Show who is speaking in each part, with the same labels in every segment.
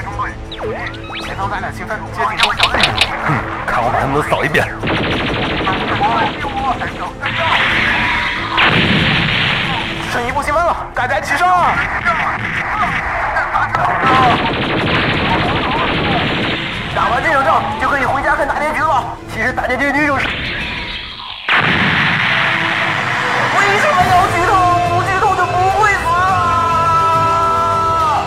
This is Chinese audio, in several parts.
Speaker 1: 前头咱俩兴奋接近我小队。
Speaker 2: 看我把他们都扫一遍。
Speaker 1: 剩一步积分了，大家齐上！打完这场仗就可以回家看大结局了。其实大结局就是……为什么要剧透？不剧透就不会死啊！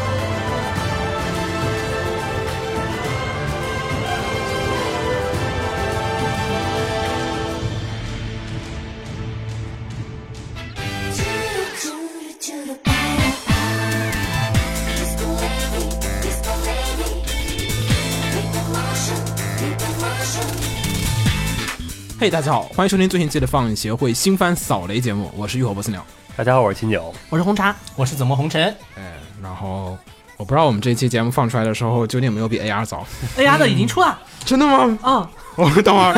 Speaker 3: 嘿、大家好，欢迎收听最新期的放映协会新番扫雷节目，我是浴火不死鸟，
Speaker 2: 大家好，我是秦九。
Speaker 4: 我是红茶，
Speaker 5: 我是怎么红尘
Speaker 3: 哎，然后我不知道我们这期节目放出来的时候究竟有没有比 AR 早，
Speaker 4: ，AR 的已经出了，
Speaker 3: 真的吗？
Speaker 4: 嗯，
Speaker 3: 我们等会儿，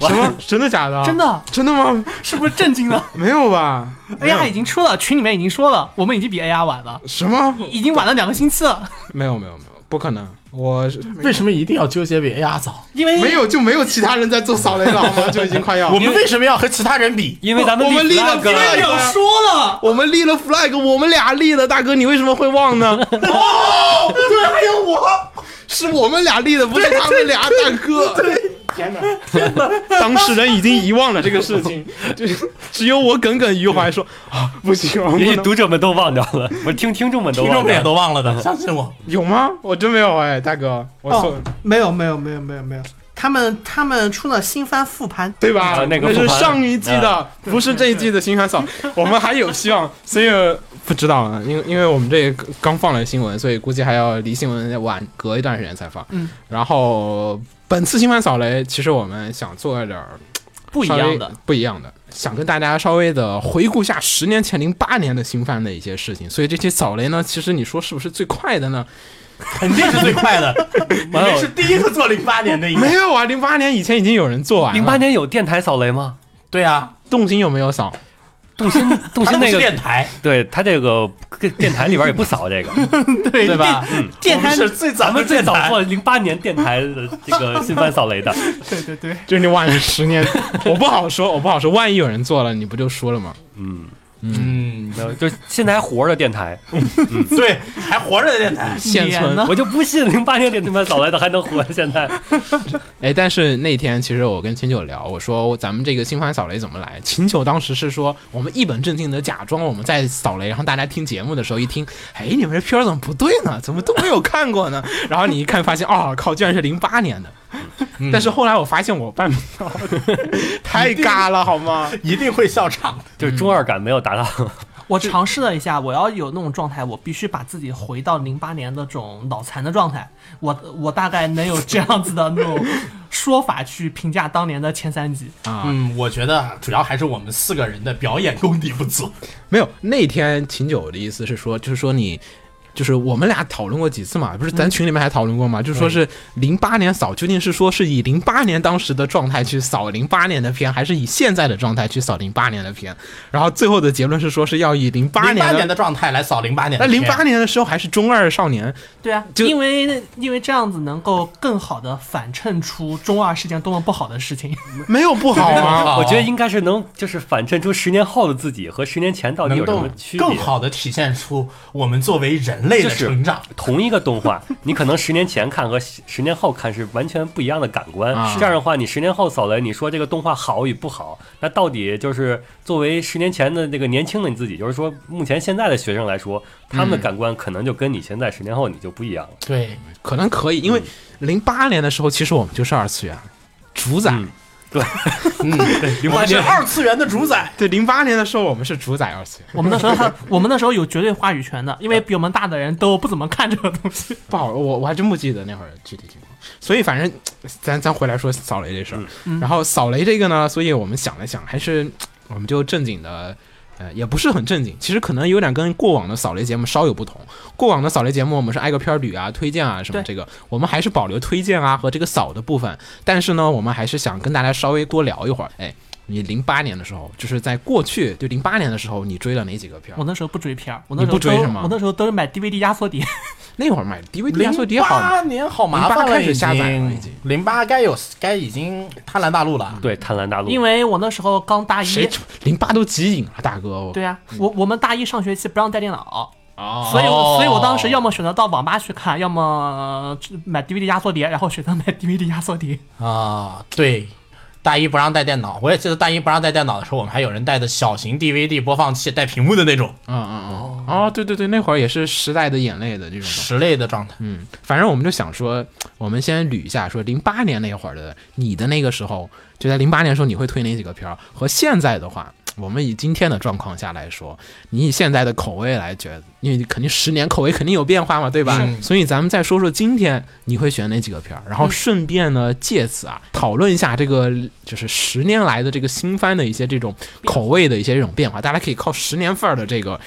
Speaker 3: 什么？真的假的？
Speaker 4: 真的，
Speaker 3: 真的吗？
Speaker 4: 是不是震惊 了
Speaker 3: 没有吧？没有
Speaker 4: ？AR 已经出了，群里面已经说了，我们已经比 AR 晚了，
Speaker 3: 什么？
Speaker 4: 已经晚了两个星期 了，
Speaker 3: 没有没有没有，不可能，我是
Speaker 5: 为什么一定要纠结比 AR 早？
Speaker 4: 因为
Speaker 3: 没有就没有其他人在做扫雷了好吗？就已经快要
Speaker 5: 我们为什么要和其他人比？
Speaker 6: 因为咱们
Speaker 3: 我们立了
Speaker 6: flag 了
Speaker 4: 队友哎说了，
Speaker 3: 我们立了 flag，我们俩立的，大哥你为什么会 忘呢？
Speaker 5: 哦，对，还有我，
Speaker 3: 是我们俩立的，不是他们俩，大哥。天哪，当事人已经遗忘了这个事情，就是 只有我耿耿于怀说啊，不行， 我不
Speaker 2: 也许
Speaker 3: 能
Speaker 2: 读者们都忘掉了， 我听听众们都
Speaker 5: 听众
Speaker 2: 忘
Speaker 5: 们
Speaker 2: 掉
Speaker 5: 也
Speaker 2: 了。
Speaker 5: 都忘了的，相信我。
Speaker 3: 有吗？我真没有哎，大哥，我错
Speaker 4: 哦
Speaker 3: 了，
Speaker 7: 没有没有没有没有没有，他们他们出了新番复盘，
Speaker 3: 对吧
Speaker 2: 啊？那个
Speaker 3: 是
Speaker 2: 复盘啊
Speaker 3: 上一季的，不是这一季的新 番扫，我们还有希望，所以不知道啊，因为因为我们这刚放了新闻，所以估计还要离新闻晚隔一段时间才放。
Speaker 4: 嗯，
Speaker 3: 然后本次新番扫雷，其实我们想做点儿
Speaker 4: 不一
Speaker 3: 稍微
Speaker 4: 样的，
Speaker 3: 不一样的。想跟大家稍微的回顾下十年前、零八年的新番的一些事情，所以这期扫雷呢，其实你说是不是最快的呢？
Speaker 5: 肯定是最快的，你
Speaker 2: 完了
Speaker 5: 们是第一个做零八年的，应
Speaker 3: 没
Speaker 5: 该。
Speaker 3: 有啊，零八年以前已经有人做完了。
Speaker 2: 零八年有电台扫雷吗？
Speaker 5: 对啊，
Speaker 3: 动心有没有扫？
Speaker 2: 动心，动
Speaker 5: 他
Speaker 2: 心
Speaker 5: 们
Speaker 2: 那
Speaker 5: 是
Speaker 2: 个，
Speaker 5: 电台，
Speaker 2: 对他这个跟电台里边也不扫 这个。
Speaker 4: 对
Speaker 3: 对吧？
Speaker 4: 电
Speaker 5: 嗯我们
Speaker 4: 台
Speaker 5: 是最早
Speaker 2: 咱
Speaker 5: 的
Speaker 2: 们最
Speaker 5: 电
Speaker 2: 早
Speaker 5: 台，
Speaker 2: 做零八年电台的 这个新番扫雷的，
Speaker 4: 对对对，
Speaker 3: 就是你晚了十年，我不好说，我不好说。万一有人做了，你不就说 了吗？
Speaker 2: 嗯，
Speaker 5: 嗯，
Speaker 2: 没有，就现在还活着的 电台，
Speaker 5: 对，还活着的电台，
Speaker 3: 现
Speaker 4: 你
Speaker 3: 存
Speaker 4: 呢
Speaker 2: 我就不信零八年电台扫雷的还 能活。现在
Speaker 3: 哎，但是那天其实我跟秦九聊，我说咱们这个新番扫雷怎么来？秦九当时是说我们一本正经的假装我们在扫雷，然后大家听节目的时候一听，哎，你们这片儿怎么不对呢？怎么都没有看过 呢？然后你一看发现，哦靠，居然是零八年的。但是后来我发现我办不 到，太尬 了好吗？
Speaker 5: 一定会笑场。
Speaker 2: 就是中二感没有达到，
Speaker 5: 嗯
Speaker 4: 我尝试了一下，我要有那种状态，我必须把自己回到零八年的这种脑残的状态，我我大概能有这样子的那种说法去评价当年的前三集，
Speaker 3: 啊，
Speaker 5: 嗯，我觉得主要还是我们四个人的表演功底不足。
Speaker 3: 没有。那天秦九的意思是说，就是说你。就是我们俩讨论过几次嘛，不是咱群里面还讨论过嘛？就是说是零八年扫，究竟是说是以零八年当时的状态去扫零八年的片，还是以现在的状态去扫零八年的片？然后最后的结论是说是要以零八
Speaker 5: 零八
Speaker 3: 年
Speaker 5: 年
Speaker 3: 的。
Speaker 5: 的状态来扫零八年
Speaker 3: 那
Speaker 5: 的片，
Speaker 3: 零八年的时候还是中二少年，
Speaker 4: 对啊，
Speaker 3: 就
Speaker 4: 因为因为这样子能够更好的反衬出中二是件多么不好的 事情。
Speaker 3: 没有不好 啊。
Speaker 5: 好
Speaker 2: 我觉得应该是能就是反衬出十年后的自己和十年前到底
Speaker 5: 哦能
Speaker 2: 有什
Speaker 5: 够
Speaker 2: 么区别。
Speaker 5: 更好的体现出我们作为人类的
Speaker 2: 就是
Speaker 5: 成长。
Speaker 2: 同一个动画， 你可能十年前看和十十年后看是完全不一样的感官
Speaker 3: 啊。
Speaker 2: 这样的话，你十年后扫雷，你说这个动画好与不好，那到底就是作为十年前的那个年轻的你自己，就是说目前现在的学生来说，他们的感官可能就跟你现在十年后你就不一样了。
Speaker 5: 对，
Speaker 3: 可能可以，因为零八年的时候其实我们就是二次元，主宰。
Speaker 2: 嗯
Speaker 5: 我们是二次元的主宰。
Speaker 3: 对，零八年的时候我们是主宰二次元，
Speaker 4: 我们那时候他，我们那时候有绝对话语权的，因为比我们大的人都不怎么看这个东西。
Speaker 3: 不好，我我还真不记得那会儿具体情况。所以反正咱咱回来说扫雷这事儿，
Speaker 4: 嗯
Speaker 3: 然后扫雷这个呢，所以我们想了想，还是我们就正经的。呃，也不是很正经，其实可能有点跟过往的扫雷节目稍有不同。过往的扫雷节目，我们是挨个片儿捋啊、推荐啊什么
Speaker 4: 对
Speaker 3: 这个，我们还是保留推荐啊和这个扫的部分，但是呢，我们还是想跟大家稍微多聊一会儿。哎，你零八年的时候，就是在过去，就零八年的时候，你追了哪几个片
Speaker 4: 我
Speaker 3: 儿？
Speaker 4: 那时候不追片儿，我那时候
Speaker 3: 你不追
Speaker 4: 都
Speaker 3: 是吗哦
Speaker 4: 我那时候都是买 DVD 压缩碟，
Speaker 3: 那会儿买 DVD 压缩碟好吗，
Speaker 5: 八年好麻烦
Speaker 3: 08
Speaker 5: 了，
Speaker 3: 开始下载了已经。
Speaker 5: 零八该有该已经贪婪大陆了，
Speaker 2: 对，贪婪大陆，
Speaker 4: 因为我那时候刚大一
Speaker 3: 谁。零八都极影了，大哥，我
Speaker 4: 对啊呀、我我们大一上学期不让带电脑，
Speaker 3: 哦
Speaker 4: 所以我所以我当时要么选择到网吧去看，要么呃买 DVD 压缩碟，然后选择买 DVD 压缩碟。
Speaker 5: 啊，对，大一不让带电脑，我也记得大一不让带电脑的时候，我们还有人带的小型 DVD 播放器，带屏幕的那种
Speaker 3: 嗯嗯嗯，哦，对对对，那会儿也是时代的眼泪的这种东西。
Speaker 5: 室内的状态。
Speaker 3: 嗯，反正我们就想说，我们先捋一下，说零八年那会儿的你的那个时候，就在零八年的时候你会推哪几个片儿？和现在的话，我们以今天的状况下来说，你以现在的口味来觉得，因为肯定十年口味肯定有变化嘛，对吧？
Speaker 5: 是
Speaker 3: 所以咱们再说说今天你会选哪几个片儿，然后顺便呢，借此啊讨论一下这个就是十年来的这个新番的一些这种口味的一些这种变化，大家可以靠十年份儿的这个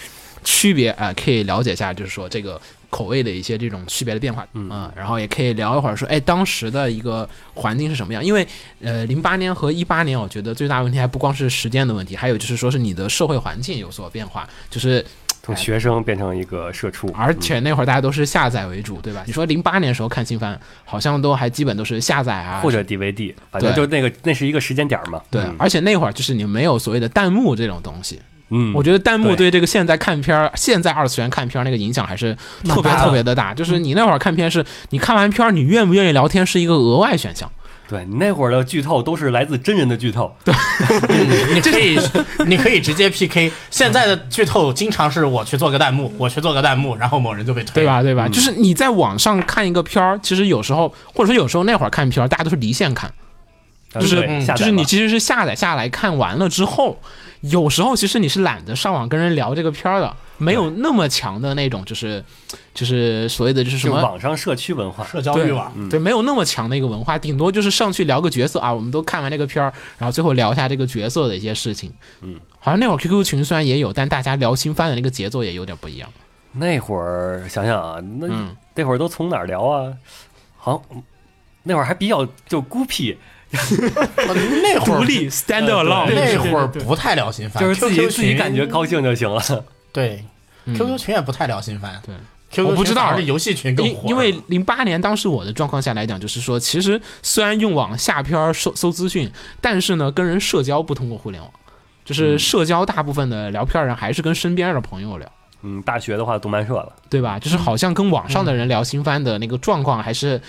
Speaker 3: 区别啊、可以了解一下，就是说这个口味的一些这种区别的变化，嗯、然后也可以聊一会儿说，哎，当时的一个环境是什么样？因为呃，零八年和一八年，我觉得最大问题还不光是时间的问题，还有就是说是你的社会环境有所变化，就是
Speaker 2: 从学生变成一个社畜，
Speaker 3: 而
Speaker 2: 嗯
Speaker 3: 且那会儿大家都是下载为主，对吧？你说零八年时候看新番，好像都还基本都是下载啊，
Speaker 2: 或者 DVD，反正就那个那是一个时间点儿嘛。
Speaker 3: 对，
Speaker 2: 嗯
Speaker 3: 而且那会儿就是你没有所谓的弹幕这种东西，
Speaker 2: 嗯，
Speaker 3: 我觉得弹幕
Speaker 2: 对
Speaker 3: 对这个现在看片儿、现在二次元看片儿那个影响还是特别
Speaker 5: 大的
Speaker 3: 特别的大。就是你那会儿看片是，你看完片儿，你愿不愿意聊天是一个额外选项。
Speaker 2: 对你那会儿的剧透都是来自真人的剧透，啊
Speaker 5: 嗯你可以，你可以直接 PK。现在的剧透经常是我去做个弹幕，我去做个弹幕，然后某人就被推，
Speaker 3: 对？吧？对吧？就是你在网上看一个片儿，其实有时候，或者说有时候那会儿看片儿，大家都是离线看，就是
Speaker 2: 对
Speaker 5: 嗯
Speaker 2: 下载
Speaker 3: 就是你
Speaker 2: 嘛
Speaker 3: 其实是下载下来看完了之后，有时候其实你是懒得上网跟人聊这个片儿的，没有那么强的那种，就是就是所谓的就是什
Speaker 2: 就
Speaker 3: 么
Speaker 2: 网上社区文化，
Speaker 5: 社交
Speaker 3: 对
Speaker 5: 欲望。
Speaker 3: 对，没有那么强的一个文化，顶多就是上去聊个角色啊，我们都看完这个片儿，然后最后聊一下这个角色的一些事情。嗯，好像那会儿 QQ 群虽然也有，但大家聊新番的那个节奏也有点不一样。
Speaker 2: 那会儿想想啊，那、
Speaker 3: 嗯
Speaker 2: 那会儿都从哪儿聊啊？好像那会儿还比较就孤僻，
Speaker 5: 哦那会儿，
Speaker 3: 立 stand
Speaker 2: 对
Speaker 5: 那会儿
Speaker 4: 对对对
Speaker 5: 不太聊新
Speaker 3: 啊
Speaker 5: 番，
Speaker 2: 就是自己
Speaker 5: QQ
Speaker 2: 自己
Speaker 5: 群
Speaker 2: 感觉高兴就行了。
Speaker 5: 对。QQ 群也不太聊新番，
Speaker 3: 嗯对
Speaker 5: QQ
Speaker 3: 我不知道
Speaker 5: 是游戏群更
Speaker 3: 因
Speaker 5: 火，啊
Speaker 3: 因为零八年当时我的状况下来讲，就是说，其实虽然用网下片儿搜搜资讯，但是呢，跟人社交不通过互联网，就是社交大部分的聊片儿人还是跟身边的朋友聊。
Speaker 2: 嗯，大学的话，动漫社了，
Speaker 3: 对吧？就是好像跟网上的人聊新番的那个状况，还是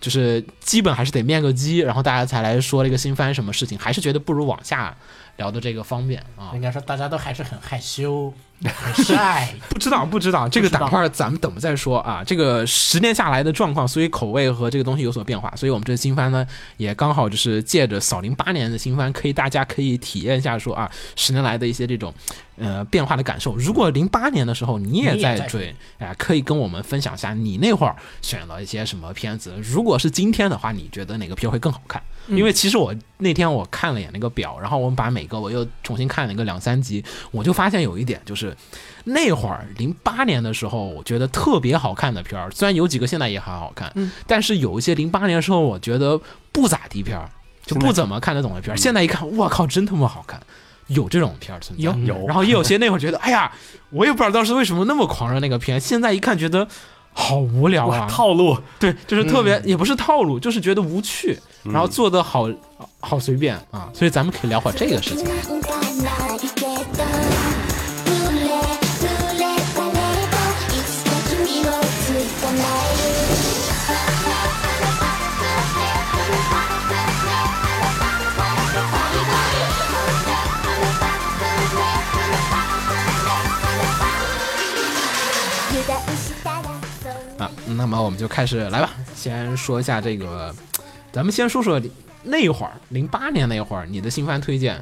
Speaker 3: 就是基本还是得面个基，然后大家才来说这个新番什么事情，还是觉得不如往下聊的这个方便啊
Speaker 5: 应。该说大家都还是很 害羞、很晒。
Speaker 3: 不知道，不知道，这个打块儿咱们等着再说啊。这个十年下来的状况，所以口味和这个东西有所变化，所以我们这新番呢，也刚好就是借着扫零八年的新番，可以大家可以体验一下说啊，十年来的一些这种呃变化的感受。如果零八年的时候你也
Speaker 5: 你也
Speaker 3: 在
Speaker 5: 在
Speaker 3: 追，哎、可以跟我们分享一下你那会儿选了一些什么片子。如果是今天的话，你觉得哪个片会更好看？
Speaker 5: 嗯
Speaker 3: 因为其实我那天我看了眼那个表，然后我们把每个我又重新看了个两三集，我就发现有一点就是，那会儿零八年的时候，我觉得特别好看的片儿，虽然有几个现在也很好看，但是有一些零八年的时候，我觉得不咋地片儿，就不怎么看得懂的片儿。现在一看，我靠，真他妈好看！有这种片儿存在，
Speaker 4: 有
Speaker 2: 有
Speaker 3: 然后也有些那会儿觉得，哎呀，我也不知道当时为什么那么狂热那个片，现在一看觉得好无聊
Speaker 2: 哇，
Speaker 3: 啊，
Speaker 2: 套路，
Speaker 3: 对，就是特
Speaker 2: 嗯
Speaker 3: 别、也不是套路，就是觉得无趣，然后做的好好随便啊，所以咱们可以聊会儿这个事情。啊，那么我们就开始来吧，先说一下这个，咱们先说说那会儿零八年那会儿你的新番推荐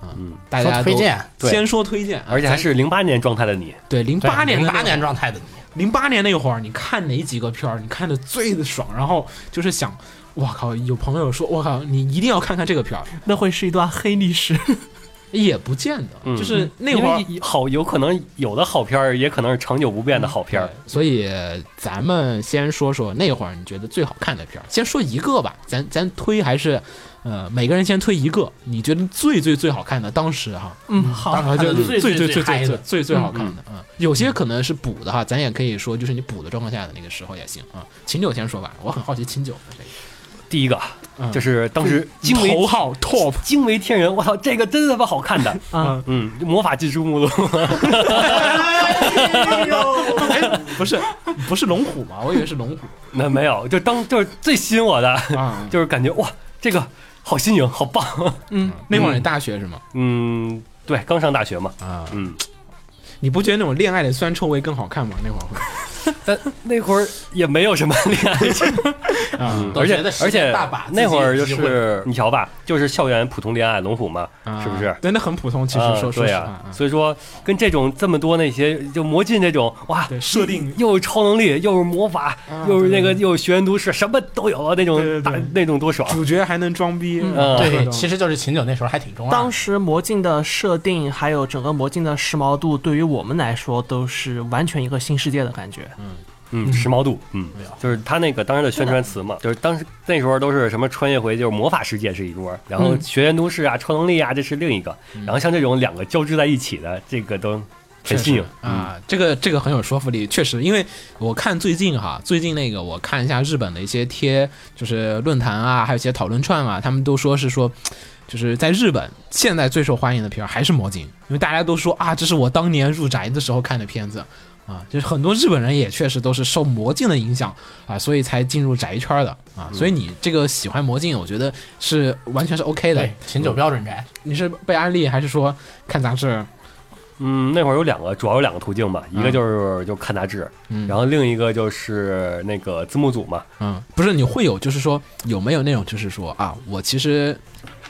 Speaker 3: 啊，大家
Speaker 5: 说
Speaker 3: 都
Speaker 5: 推荐
Speaker 2: 嗯对
Speaker 3: 先说推荐啊，
Speaker 2: 而且还是零八年状态的你，
Speaker 3: 对零八年
Speaker 5: 零
Speaker 3: 的
Speaker 5: 八年状态的你，
Speaker 3: 零八年那会儿，你看哪几个片儿，你看的最的爽，然后就是想，我靠，有朋友说，我靠，你一定要看看这个片儿，
Speaker 4: 那会是一段黑历史。
Speaker 3: 也不见得，
Speaker 2: 嗯
Speaker 3: 就是那
Speaker 2: 因
Speaker 3: 会
Speaker 2: 为
Speaker 3: 儿
Speaker 2: 好有可能有的好片儿，也可能是长久不变的好片儿
Speaker 3: 嗯对。所以咱们先说说那会儿你觉得最好看的片儿，先说一个吧，咱咱推还是，呃，每个人先推一个，你觉得最最最好看的，当时哈，
Speaker 4: 嗯，好，
Speaker 3: 然后就
Speaker 5: 看的
Speaker 3: 最最
Speaker 5: 最
Speaker 3: 最
Speaker 5: 最最
Speaker 3: 最
Speaker 5: 嗨
Speaker 3: 最
Speaker 5: 的
Speaker 3: 最最好看的啊，有些可能是补的哈，咱也可以说就是你补的状况下的那个时候也行啊。秦九先说吧，我很好奇秦九的这个
Speaker 2: 第一个
Speaker 3: 嗯
Speaker 2: 就是当时惊为
Speaker 3: 头号 top，
Speaker 2: 惊为天人，我操，这个真他妈好看的。
Speaker 4: 嗯
Speaker 2: 嗯，魔法蜘蛛目录，
Speaker 3: 哎不是不是龙虎吗？我以为是龙虎
Speaker 2: 那没有，就当就是最吸引我的，
Speaker 3: 啊，
Speaker 2: 就是感觉哇，这个好新颖，好棒。
Speaker 4: 嗯，
Speaker 3: 那会儿你大学是吗？
Speaker 2: 嗯，对，刚上大学嘛，
Speaker 3: 啊，
Speaker 2: 嗯，
Speaker 3: 你不觉得那种恋爱的酸臭味更好看吗？那会儿会
Speaker 2: 但那会儿也没有什么恋爱 经历，
Speaker 3: 啊，
Speaker 5: 都
Speaker 2: 而且
Speaker 5: 觉得时
Speaker 2: 而且
Speaker 5: 间大把
Speaker 2: 那会儿就
Speaker 5: 自己有机
Speaker 2: 是你瞧吧，就是校园普通恋爱龙虎嘛，是不是
Speaker 3: 啊？真的很普通，其实
Speaker 2: 啊
Speaker 3: 说说
Speaker 2: 对
Speaker 3: 实
Speaker 2: 呀、
Speaker 3: 话啊，
Speaker 2: 所以说跟这种这么多那些就魔镜这种哇，
Speaker 3: 对设定
Speaker 2: 又是超能力，又是魔法，
Speaker 3: 啊
Speaker 2: 又是那
Speaker 3: 对
Speaker 2: 个
Speaker 3: 对
Speaker 2: 又是学员都市，什么都有啊，那种
Speaker 3: 对对对
Speaker 2: 大那种多爽。
Speaker 3: 主角还能装逼，
Speaker 4: 嗯
Speaker 2: 嗯
Speaker 5: 对，其实就是秦九那时候还挺中二
Speaker 4: 当
Speaker 5: 的。
Speaker 4: 时魔镜的设定还有整个魔镜的时髦度，对于我们来说都是完全一个新世界的感觉。
Speaker 2: 嗯，时髦度，嗯，就是他那个当时的宣传词嘛，就是当时那时候都是什么穿越回就是魔法世界是一波，然后
Speaker 4: 嗯
Speaker 2: 学院都市啊、超能力啊这是另一个，
Speaker 3: 嗯
Speaker 2: 然后像这种两个交织在一起的，这个都很新颖
Speaker 3: 确实。啊，这个这个很有说服力，确实，因为我看最近哈，最近那个我看一下日本的一些贴，就是论坛啊，还有一些讨论串啊，他们都说是说，就是在日本现在最受欢迎的片儿还是《魔镜》，因为大家都说啊，这是我当年入宅的时候看的片子。啊，就是很多日本人也确实都是受《魔镜》的影响啊，所以才进入宅圈的啊。所以
Speaker 2: 嗯
Speaker 3: 你这个喜欢《魔镜》，我觉得是完全是 OK 的
Speaker 5: 对。，秦九标准宅，
Speaker 3: 你是被安利还是说看杂志？
Speaker 2: 嗯，那会儿有两个，主要有两个途径吧，一个
Speaker 3: 嗯
Speaker 2: 就是就看杂志，
Speaker 3: 嗯，
Speaker 2: 然后另一个就是那个字幕组嘛，
Speaker 3: 嗯，不是，你会有就是说有没有那种就是说啊，我其实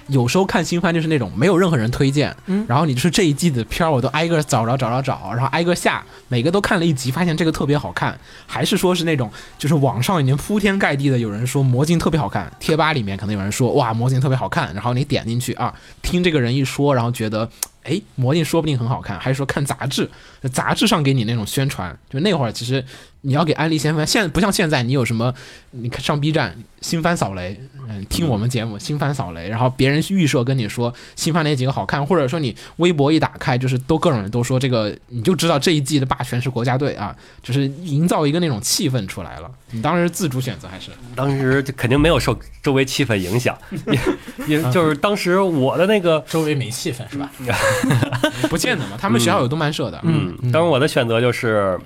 Speaker 3: 有时候看新番就是那种没有任何人推荐，
Speaker 4: 嗯
Speaker 3: 然后你就是这一季的片儿我都挨个找着找着找，然后挨个下，每个都看了一集，发现这个特别好看，还是说是那种就是网上已经铺天盖地的有人说《魔镜》特别好看，贴吧里面可能有人说哇《魔镜》特别好看，然后你点进去啊，听这个人一说，然后觉得。哎，魔镜说不定很好看，还是说看杂志？杂志上给你那种宣传，就那会儿其实你要给安利先番，现在不像现在，你有什么你看上 B 站新番扫雷，嗯，听我们节目新番扫雷，然后别人预设跟你说新番哪几个好看，或者说你微博一打开，就是都各种人都说这个，你就知道这一季的霸权是国家队啊，就是营造一个那种气氛出来了。你当时自主选择还是
Speaker 2: 当时就肯定没有受周围气氛 影响，也也就是当时我的那个。
Speaker 5: 周围没气氛是吧？
Speaker 3: 不见得嘛？他们学校有动漫社的，
Speaker 2: 嗯，当然我的选择就是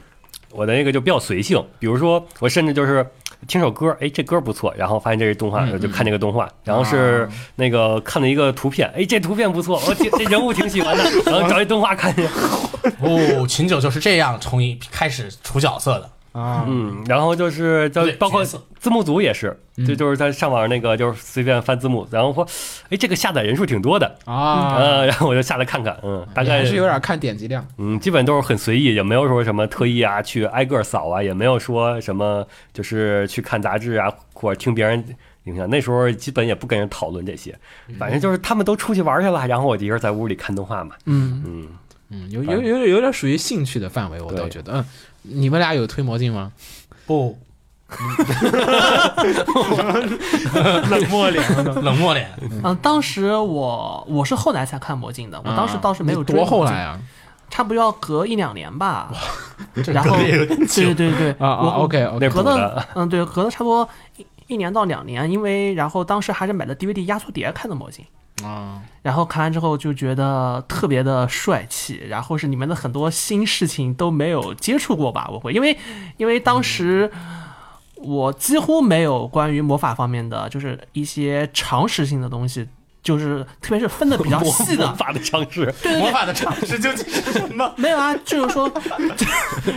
Speaker 2: 我的那个就比较随性，比如说我甚至就是听首歌，哎，这歌不错，然后发现这是动画，
Speaker 3: 嗯嗯啊
Speaker 2: 就看这个动画，然后是那个看了一个图片，哎，这图片不错，我挺这人物挺喜 欢的，然后找一动画看，
Speaker 3: 啊嗯
Speaker 5: 哦，秦九就是这样从一开始处角色的。
Speaker 3: 啊，
Speaker 2: 嗯，然后就是就
Speaker 5: 对
Speaker 2: 包括
Speaker 5: 角色
Speaker 2: 字幕组也是，
Speaker 3: 嗯
Speaker 2: 这就是在上网那个就是随便翻字幕，然后说，哎，这个下载人数挺多的，
Speaker 3: 啊，
Speaker 2: 呃，然后我就下来看看，嗯，大概
Speaker 3: 还是有点看点击量，
Speaker 2: 嗯，基本都是很随意，也没有说什么特意啊去挨个扫啊，也没有说什么就是去看杂志啊或者听别人影响。那时候基本也不跟人讨论这 些，反正就是他们都出去玩去了，然后我一个人在屋里看动 画嘛。
Speaker 3: 嗯
Speaker 2: 嗯，
Speaker 3: 嗯，有有有有点属于兴趣的范围，我倒
Speaker 2: 对
Speaker 3: 觉得，嗯，你们俩有推魔镜吗？
Speaker 5: 不，
Speaker 3: 冷漠脸，
Speaker 5: 冷漠脸，
Speaker 4: 嗯，当时我我是后来才看魔
Speaker 3: 啊
Speaker 4: 镜的，我当时倒是没有追
Speaker 3: 多后
Speaker 4: 魔镜
Speaker 3: 来啊。
Speaker 4: 差不多要隔一两年吧。然后对对对对
Speaker 3: 啊啊
Speaker 4: 我
Speaker 3: ，OK OK，
Speaker 2: 那
Speaker 4: 隔
Speaker 2: 补的，
Speaker 4: 了嗯对，隔了差不多一一年到两年，因为然后当时还是买了 DVD 压缩碟看的魔镜。
Speaker 3: 啊，
Speaker 4: 然后看完之后就觉得特别的帅气，然后是里面的很多新事情都没有接触过吧，我会因为因为当时我几乎没有关于魔法方面的就是一些常识性的东西，就是特别是分的比较细
Speaker 2: 魔
Speaker 4: 的，
Speaker 2: 法的尝试，
Speaker 5: 魔法的常识究竟是什么？
Speaker 4: 没有啊，就是说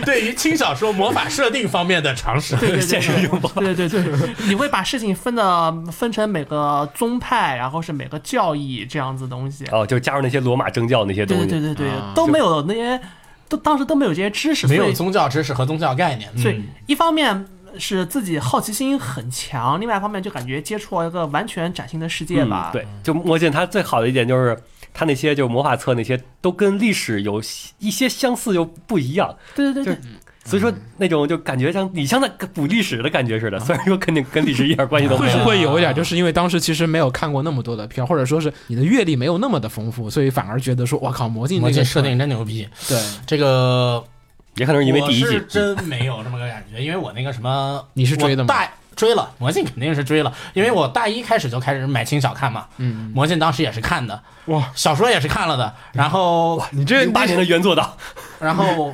Speaker 5: 对于轻小说魔法设定方面的常识，
Speaker 4: 对对
Speaker 2: 现实用吧。
Speaker 4: 对对对，你会把事情分的分成每个宗派，然后是每个教义这样子东西，
Speaker 2: 哦，就加入那些罗马正教那些东
Speaker 4: 对
Speaker 2: 西。
Speaker 4: 对对对
Speaker 3: 啊，
Speaker 4: 都没有那些。都当时都没有这些知识，
Speaker 5: 没
Speaker 4: 所
Speaker 5: 有
Speaker 4: 以
Speaker 5: 宗教知识和宗教概念。
Speaker 4: 所以
Speaker 5: 嗯
Speaker 4: 一方面是自己好奇心很强，另外一方面就感觉接触了一个完全崭新的世界
Speaker 2: 嗯
Speaker 4: 吧。，
Speaker 2: 对，就魔镜它最好的一点就是。他那些就是魔法册那些都跟历史有一些相似又不一样，
Speaker 4: 对对对
Speaker 2: 就所以说
Speaker 4: 嗯
Speaker 2: 那种就感觉像你像在补历史的感觉似的，虽然说肯定跟历史一点关系都
Speaker 3: 会
Speaker 2: 没有
Speaker 3: 不。会有一点，就是因为当时其实没有看过那么多的片，或者说是你的阅历没有那么的丰富，所以反而觉得说，我靠，魔镜
Speaker 5: 魔
Speaker 3: 这
Speaker 5: 戒
Speaker 3: 个
Speaker 5: 设定真牛逼，
Speaker 3: 对，
Speaker 5: 这个
Speaker 2: 也可能是因为第一
Speaker 5: 我
Speaker 2: 季嗯
Speaker 5: 是真没有这么个感觉，因为我那个什么，
Speaker 3: 你是追的吗
Speaker 5: 我大追了，魔镜肯定是追了，因为我大一开始就开始买轻小看嘛，
Speaker 3: 嗯，
Speaker 5: 魔镜当时也是看的，
Speaker 3: 哇，
Speaker 5: 小说也是看了的，然后
Speaker 3: 你这
Speaker 2: 零八年的原作党，
Speaker 5: 然后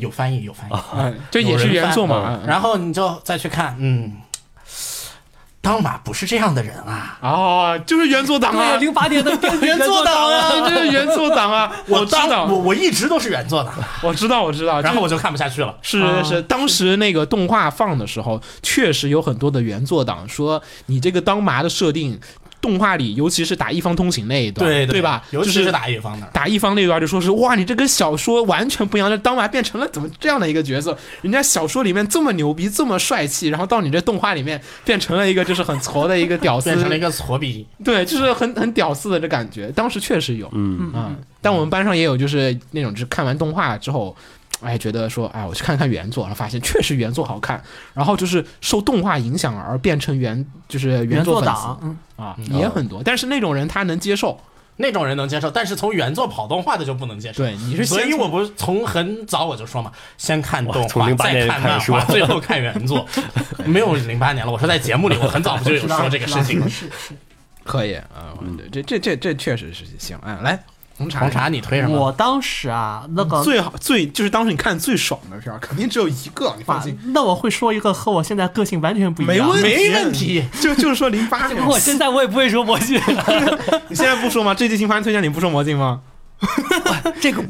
Speaker 5: 有翻译有翻译，
Speaker 3: 嗯，这也是原作嘛，嗯
Speaker 5: 然后你就再去看，嗯，当马不是这样的人啊，
Speaker 3: 哦，就是原作党啊，
Speaker 4: 零八年的编
Speaker 5: 原作党 啊，
Speaker 3: 啊，这是原作党啊，我知
Speaker 5: 当 我
Speaker 3: 道，啊
Speaker 5: 我一直都是原作党，
Speaker 3: 我知道，我知道，
Speaker 5: 然
Speaker 3: 这
Speaker 5: 后我啊就看不下去了。
Speaker 3: 是是是，当时那个动画放的时候，确实有很多的原作党说你这个当麻的设定，动画里尤其是打一方通行那一段，
Speaker 5: 对
Speaker 3: 对吧？
Speaker 5: 尤
Speaker 3: 就
Speaker 5: 其
Speaker 3: 是
Speaker 5: 是打乙方的，
Speaker 3: 打一方那段就说是哇，你这跟小说完全不一样，这当麻变成了怎么这样的一个角色？人家小说里面这么牛逼，这么帅气，然后到你这动画里面变成了一个就是很挫的一个屌丝
Speaker 5: 变，成了一个挫逼。
Speaker 3: 对，就是很很屌丝的这感觉。当时确实有，
Speaker 2: 嗯，
Speaker 5: 啊
Speaker 3: 嗯，但我们班上也有就是那种，就是看完动画之后，哎，觉得说，哎，我去看看原作，然后发现确实原作好看，然后就是受动画影响而变成原就是
Speaker 4: 原
Speaker 3: 作
Speaker 4: 作
Speaker 3: 粉
Speaker 4: 党，
Speaker 3: 丝
Speaker 4: 嗯，
Speaker 3: 啊，也很多。但是那种人他能接受，
Speaker 5: 那种人能接受，但是从原作跑动画的就不能接受。
Speaker 3: 对，你是
Speaker 5: 所
Speaker 3: 先
Speaker 5: 以我不是从很早我就说嘛，先看动
Speaker 2: 哇从
Speaker 5: 画，
Speaker 2: 08
Speaker 5: 再
Speaker 2: 年
Speaker 5: 看
Speaker 2: 开始
Speaker 5: 漫
Speaker 2: 说
Speaker 5: 画，最后看原作。 没有零八年了，我说在节目里，我很早
Speaker 4: 嗯
Speaker 5: 不就有说这个事情了。
Speaker 7: 是是，
Speaker 3: 可以啊，我这这这这确实是行啊，来红茶
Speaker 5: 红茶，你推什么？
Speaker 4: 我当时啊，那个
Speaker 3: 最好最就是当时你看最爽的片儿，肯定只有一个，你放
Speaker 4: 哇
Speaker 3: 心，
Speaker 4: 那我会说一个和我现在个性完全不一样。
Speaker 3: 问题，
Speaker 5: 没问题，
Speaker 3: 就就是说零八
Speaker 2: 我现在我也不会说魔镜，
Speaker 3: 你现在不说吗？这季新番推荐你不说魔镜吗？
Speaker 2: 这个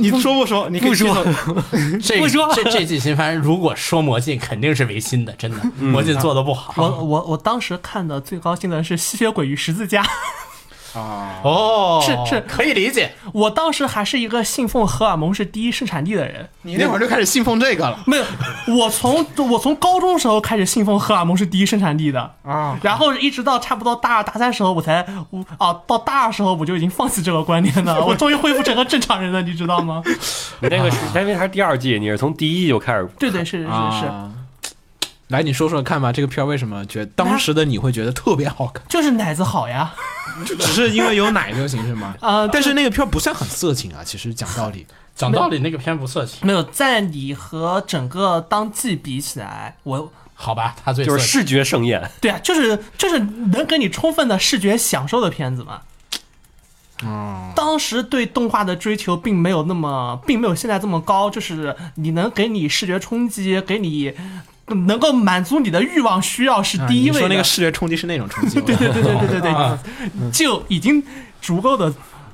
Speaker 3: 你说不说？你可以
Speaker 2: 不说
Speaker 3: 接受
Speaker 5: 这
Speaker 2: 不说
Speaker 5: 这这季新番，如果说魔镜，肯定是违心的，真的，
Speaker 2: 嗯
Speaker 5: 魔镜做的不好。
Speaker 4: 我我我当时看的最高兴的是《吸血鬼与十字架》，
Speaker 3: 啊，
Speaker 5: 哦，
Speaker 4: 是是
Speaker 5: 可以理解。
Speaker 4: 我当时还是一个信奉荷尔蒙是第一生产力的人，
Speaker 3: 你那会儿就开始信奉这个了
Speaker 4: 没有，我从我从高中时候开始信奉荷尔蒙是第一生产力的，
Speaker 3: 啊！
Speaker 4: 然后一直到差不多大二大三时候，我才我啊到大二时候我就已经放弃这个观念 了，我终于恢复成个正常人了，你知道吗？
Speaker 2: 你那个是因为它是第二季，你是从第一季就开始
Speaker 4: 对对是是是，
Speaker 3: 啊来，你说说看吧，这个片儿为什么觉得当时的你会觉得特别好看？
Speaker 4: 就是奶子好呀，
Speaker 3: 就只是因为有奶就行是吗？
Speaker 4: 啊、
Speaker 3: 但是那个片儿不算很色情啊，其实讲道理，
Speaker 5: 讲道理，那个片不色情，
Speaker 4: 没有在你和整个当季比起来，我
Speaker 5: 好吧，他最
Speaker 2: 就
Speaker 5: 色
Speaker 2: 是
Speaker 5: 情。
Speaker 2: 视觉盛宴，
Speaker 4: 对啊，就是就是能给你充分的视觉享受的片子嘛。
Speaker 3: 嗯，
Speaker 4: 当时对动画的追求并没有那么，并没有现在这么高，就是你能给你视觉冲击，给你能够满足你的欲望需要是第一
Speaker 3: 啊你
Speaker 4: 位的。
Speaker 3: 说那个视觉冲击是那种冲 击，
Speaker 4: 对对对对对对对，
Speaker 5: 啊
Speaker 4: 就已经足够的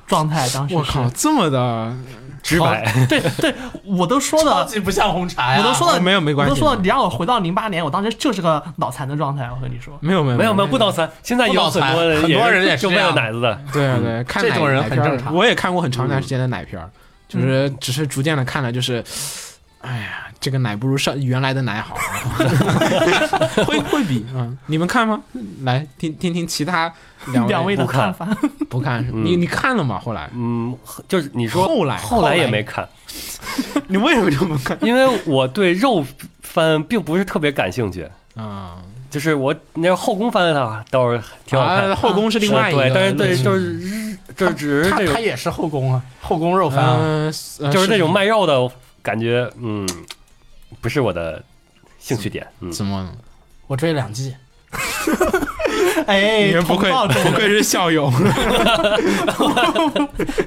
Speaker 4: 状态。当时是
Speaker 3: 我靠，，这么的，
Speaker 2: 直白。
Speaker 4: 对对，我都说
Speaker 5: 超
Speaker 4: 了，
Speaker 5: 级不像红茶呀！
Speaker 4: 我都说了，
Speaker 3: 没有没关系
Speaker 4: 我都说了，你让我回到零八年，我当时就是个脑残的状态。我和你说，
Speaker 3: 没有没有
Speaker 2: 没有没有，不脑残，现在有很多人
Speaker 5: 不脑残很多人也
Speaker 2: 也
Speaker 5: 是
Speaker 2: 就为
Speaker 5: 这
Speaker 2: 了
Speaker 5: 样
Speaker 2: 奶子的，
Speaker 3: 对啊对，看
Speaker 5: 这
Speaker 3: 奶
Speaker 5: 种人很
Speaker 3: 奶片儿
Speaker 5: 正常
Speaker 3: 我也看过很长一段时间的奶片儿，就是
Speaker 2: 嗯
Speaker 3: 只是逐渐的看了，就是，哎呀，这个奶不如上原来的奶 好，会会比嗯，你们看吗？来听听听其他两
Speaker 4: 两位的
Speaker 2: 不看
Speaker 4: 看法，
Speaker 3: 不看是吧
Speaker 2: 嗯
Speaker 3: 你你看了吗？后来
Speaker 2: 嗯，就是你说
Speaker 3: 后来
Speaker 2: 后来也没看，
Speaker 3: 你为什么就不 看
Speaker 2: 因为我对肉番并不是特别感兴趣。
Speaker 3: 啊？
Speaker 2: 就是我那后宫番的倒是挺好看
Speaker 3: 啊，
Speaker 2: 的，
Speaker 3: 后宫是另外一个，
Speaker 2: 对，但是对
Speaker 3: 嗯
Speaker 2: 就是日就是只是
Speaker 5: 他
Speaker 2: 这
Speaker 5: 他
Speaker 2: 种
Speaker 5: 也是后宫啊，后宫肉番啊，
Speaker 3: 嗯，呃
Speaker 2: 就是那种卖肉的感觉，嗯，不是我的兴趣点，嗯，
Speaker 3: 怎么了？
Speaker 5: 我追了两 季，
Speaker 4: 哎，
Speaker 3: 你们不愧
Speaker 4: 同道中人
Speaker 3: 不愧是校友，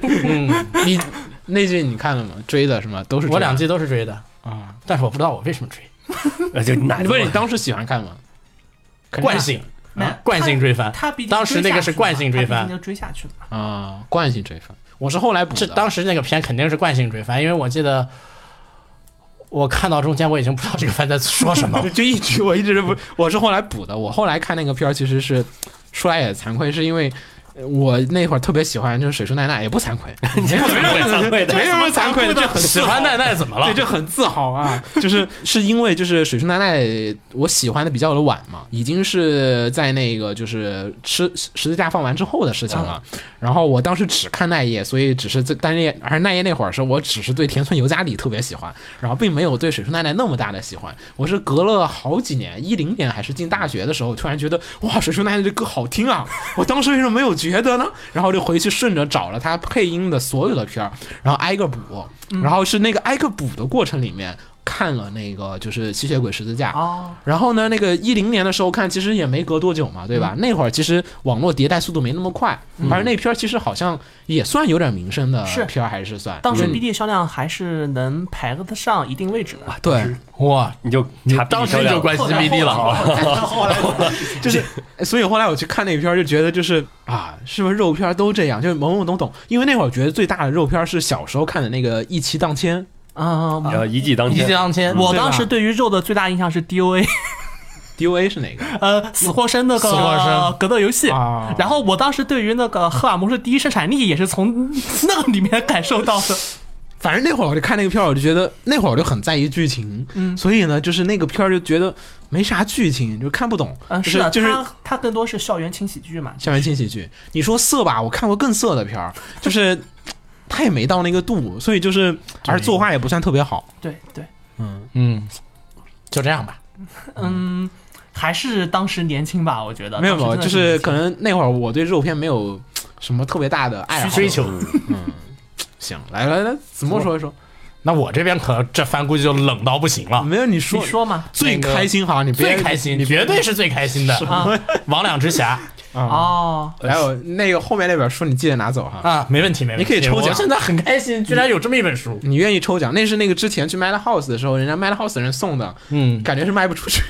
Speaker 5: 嗯，
Speaker 3: 你那句你看了吗？追的什么都是这
Speaker 5: 我
Speaker 3: 样
Speaker 5: 两季都是追的，
Speaker 3: 啊。
Speaker 5: 但是我不知道我为什么追，
Speaker 2: 呃就奶
Speaker 3: 你哎
Speaker 2: 子
Speaker 3: 不是你当时喜欢看吗？
Speaker 5: 惯性
Speaker 4: 没有
Speaker 5: 啊惯性追番，
Speaker 4: 他毕竟
Speaker 5: 当时那个是惯性追
Speaker 4: 他
Speaker 5: 番
Speaker 4: 毕竟就追下去了嘛。
Speaker 3: 啊，惯性追番，我是后来补
Speaker 5: 这
Speaker 3: 的。。
Speaker 5: 当时那个片肯定是惯性追番，因为我记得我看到中间我已经不知道这个番在说什么
Speaker 3: 就一直我一直不，我是后来补的。我后来看那个片儿，其实是说来也惭愧，是因为。我那会儿特别喜欢就是水树奈奈，也不惭 愧，没什
Speaker 2: 不会惭愧的
Speaker 3: 没什么惭愧的，就很
Speaker 5: 喜欢奈奈怎么了
Speaker 3: 对，？就很自豪啊！ 就是是因为就是水树奈奈，我喜欢的比较的晚嘛，已经是在那个就是吃十字架放完之后的事情了。然后我当时只看奈叶，所以只是这单恋，而奈叶那会儿是我只是对田村由加里特别喜欢，然后并没有对水树奈奈那么大的喜欢。我是隔了好几年，一零年还是进大学的时候，突然觉得哇，水树奈奈这歌好听啊！我当时为什么没有觉得呢？然后就回去顺着找了他配音的所有的片儿，然后挨个补，
Speaker 4: 嗯
Speaker 3: 然后是那个挨个补的过程里面看了那个就是吸血鬼十字架，
Speaker 4: 哦，
Speaker 3: 然后呢，那个一零年的时候看，其实也没隔多久嘛，对吧？
Speaker 4: 嗯
Speaker 3: 那会儿其实网络迭代速度没那么快，而那片儿其实好像也算有点名声的
Speaker 4: 是
Speaker 3: 片儿，还是算
Speaker 4: 当时
Speaker 3: 嗯
Speaker 4: BD 销量还是能排得上一定位置的。
Speaker 3: 对，
Speaker 5: 哇，
Speaker 2: 你就
Speaker 5: 你
Speaker 2: 查
Speaker 5: 当时就关心 BD 了，
Speaker 4: 后来
Speaker 3: 就是，所以后来我去看那片儿，就觉得就是啊，是不是肉片儿都这样？就懵懵懂懂，因为那会儿觉得最大的肉片儿是小时候看的那个一期当千，
Speaker 4: 啊，
Speaker 2: 然后呃一骑当
Speaker 5: 一骑
Speaker 2: 千，
Speaker 5: 当千，
Speaker 4: 我
Speaker 3: 对吧
Speaker 4: 当时对于肉的最大印象是 DOA，
Speaker 3: DOA 是哪个？
Speaker 4: 呃，死或生那个
Speaker 5: 死或生
Speaker 4: 格斗游戏。
Speaker 3: 啊
Speaker 4: 然后我当时对于那个荷尔蒙是第一生产力也是从那个里面感受到 的。
Speaker 3: 反正那会儿我就看那个片儿，我就觉得那会儿我就很在意剧情，
Speaker 4: 嗯
Speaker 3: 所以呢，就是那个片儿就觉得没啥剧情，就看不懂，
Speaker 4: 嗯，
Speaker 3: 就是
Speaker 4: 的，
Speaker 3: 就是
Speaker 4: 它它更多是校园轻喜剧嘛。
Speaker 3: 校园轻喜剧。你说色吧，我看过更色的片儿，就是他也没到那个度，所以就是而作画也不算特别好。
Speaker 4: 对对，
Speaker 3: 嗯，
Speaker 5: 嗯，就这样吧。
Speaker 4: 嗯，还是当时年轻吧，我觉得
Speaker 3: 没有没有，
Speaker 4: 当时真
Speaker 3: 就
Speaker 4: 的
Speaker 3: 是
Speaker 4: 年轻
Speaker 3: 可能那会儿我对肉片没有什么特别大的爱好。
Speaker 5: 追求，嗯
Speaker 3: 行，来来来，子墨说一说。
Speaker 5: 那我这边可这番估计就冷到不行了。
Speaker 3: 没有你说
Speaker 4: 你说嘛。
Speaker 3: 最
Speaker 5: 啊那个
Speaker 3: 开心好像你别
Speaker 5: 最开心，
Speaker 3: 你
Speaker 5: 绝对是最开心的。
Speaker 4: 啊
Speaker 5: 王两之侠
Speaker 3: 啊。
Speaker 4: 哦，
Speaker 3: 还有那个后面那本书你记得拿走哈。
Speaker 5: 啊，没问题，没问题。
Speaker 3: 你可以抽奖
Speaker 5: 我现在很开心，居然有这么一本书。
Speaker 3: 你愿意抽奖？那是那个之前去 Madhouse 的时候，人家 Madhouse 的人送的，
Speaker 5: 嗯，
Speaker 3: 感觉是卖不出去。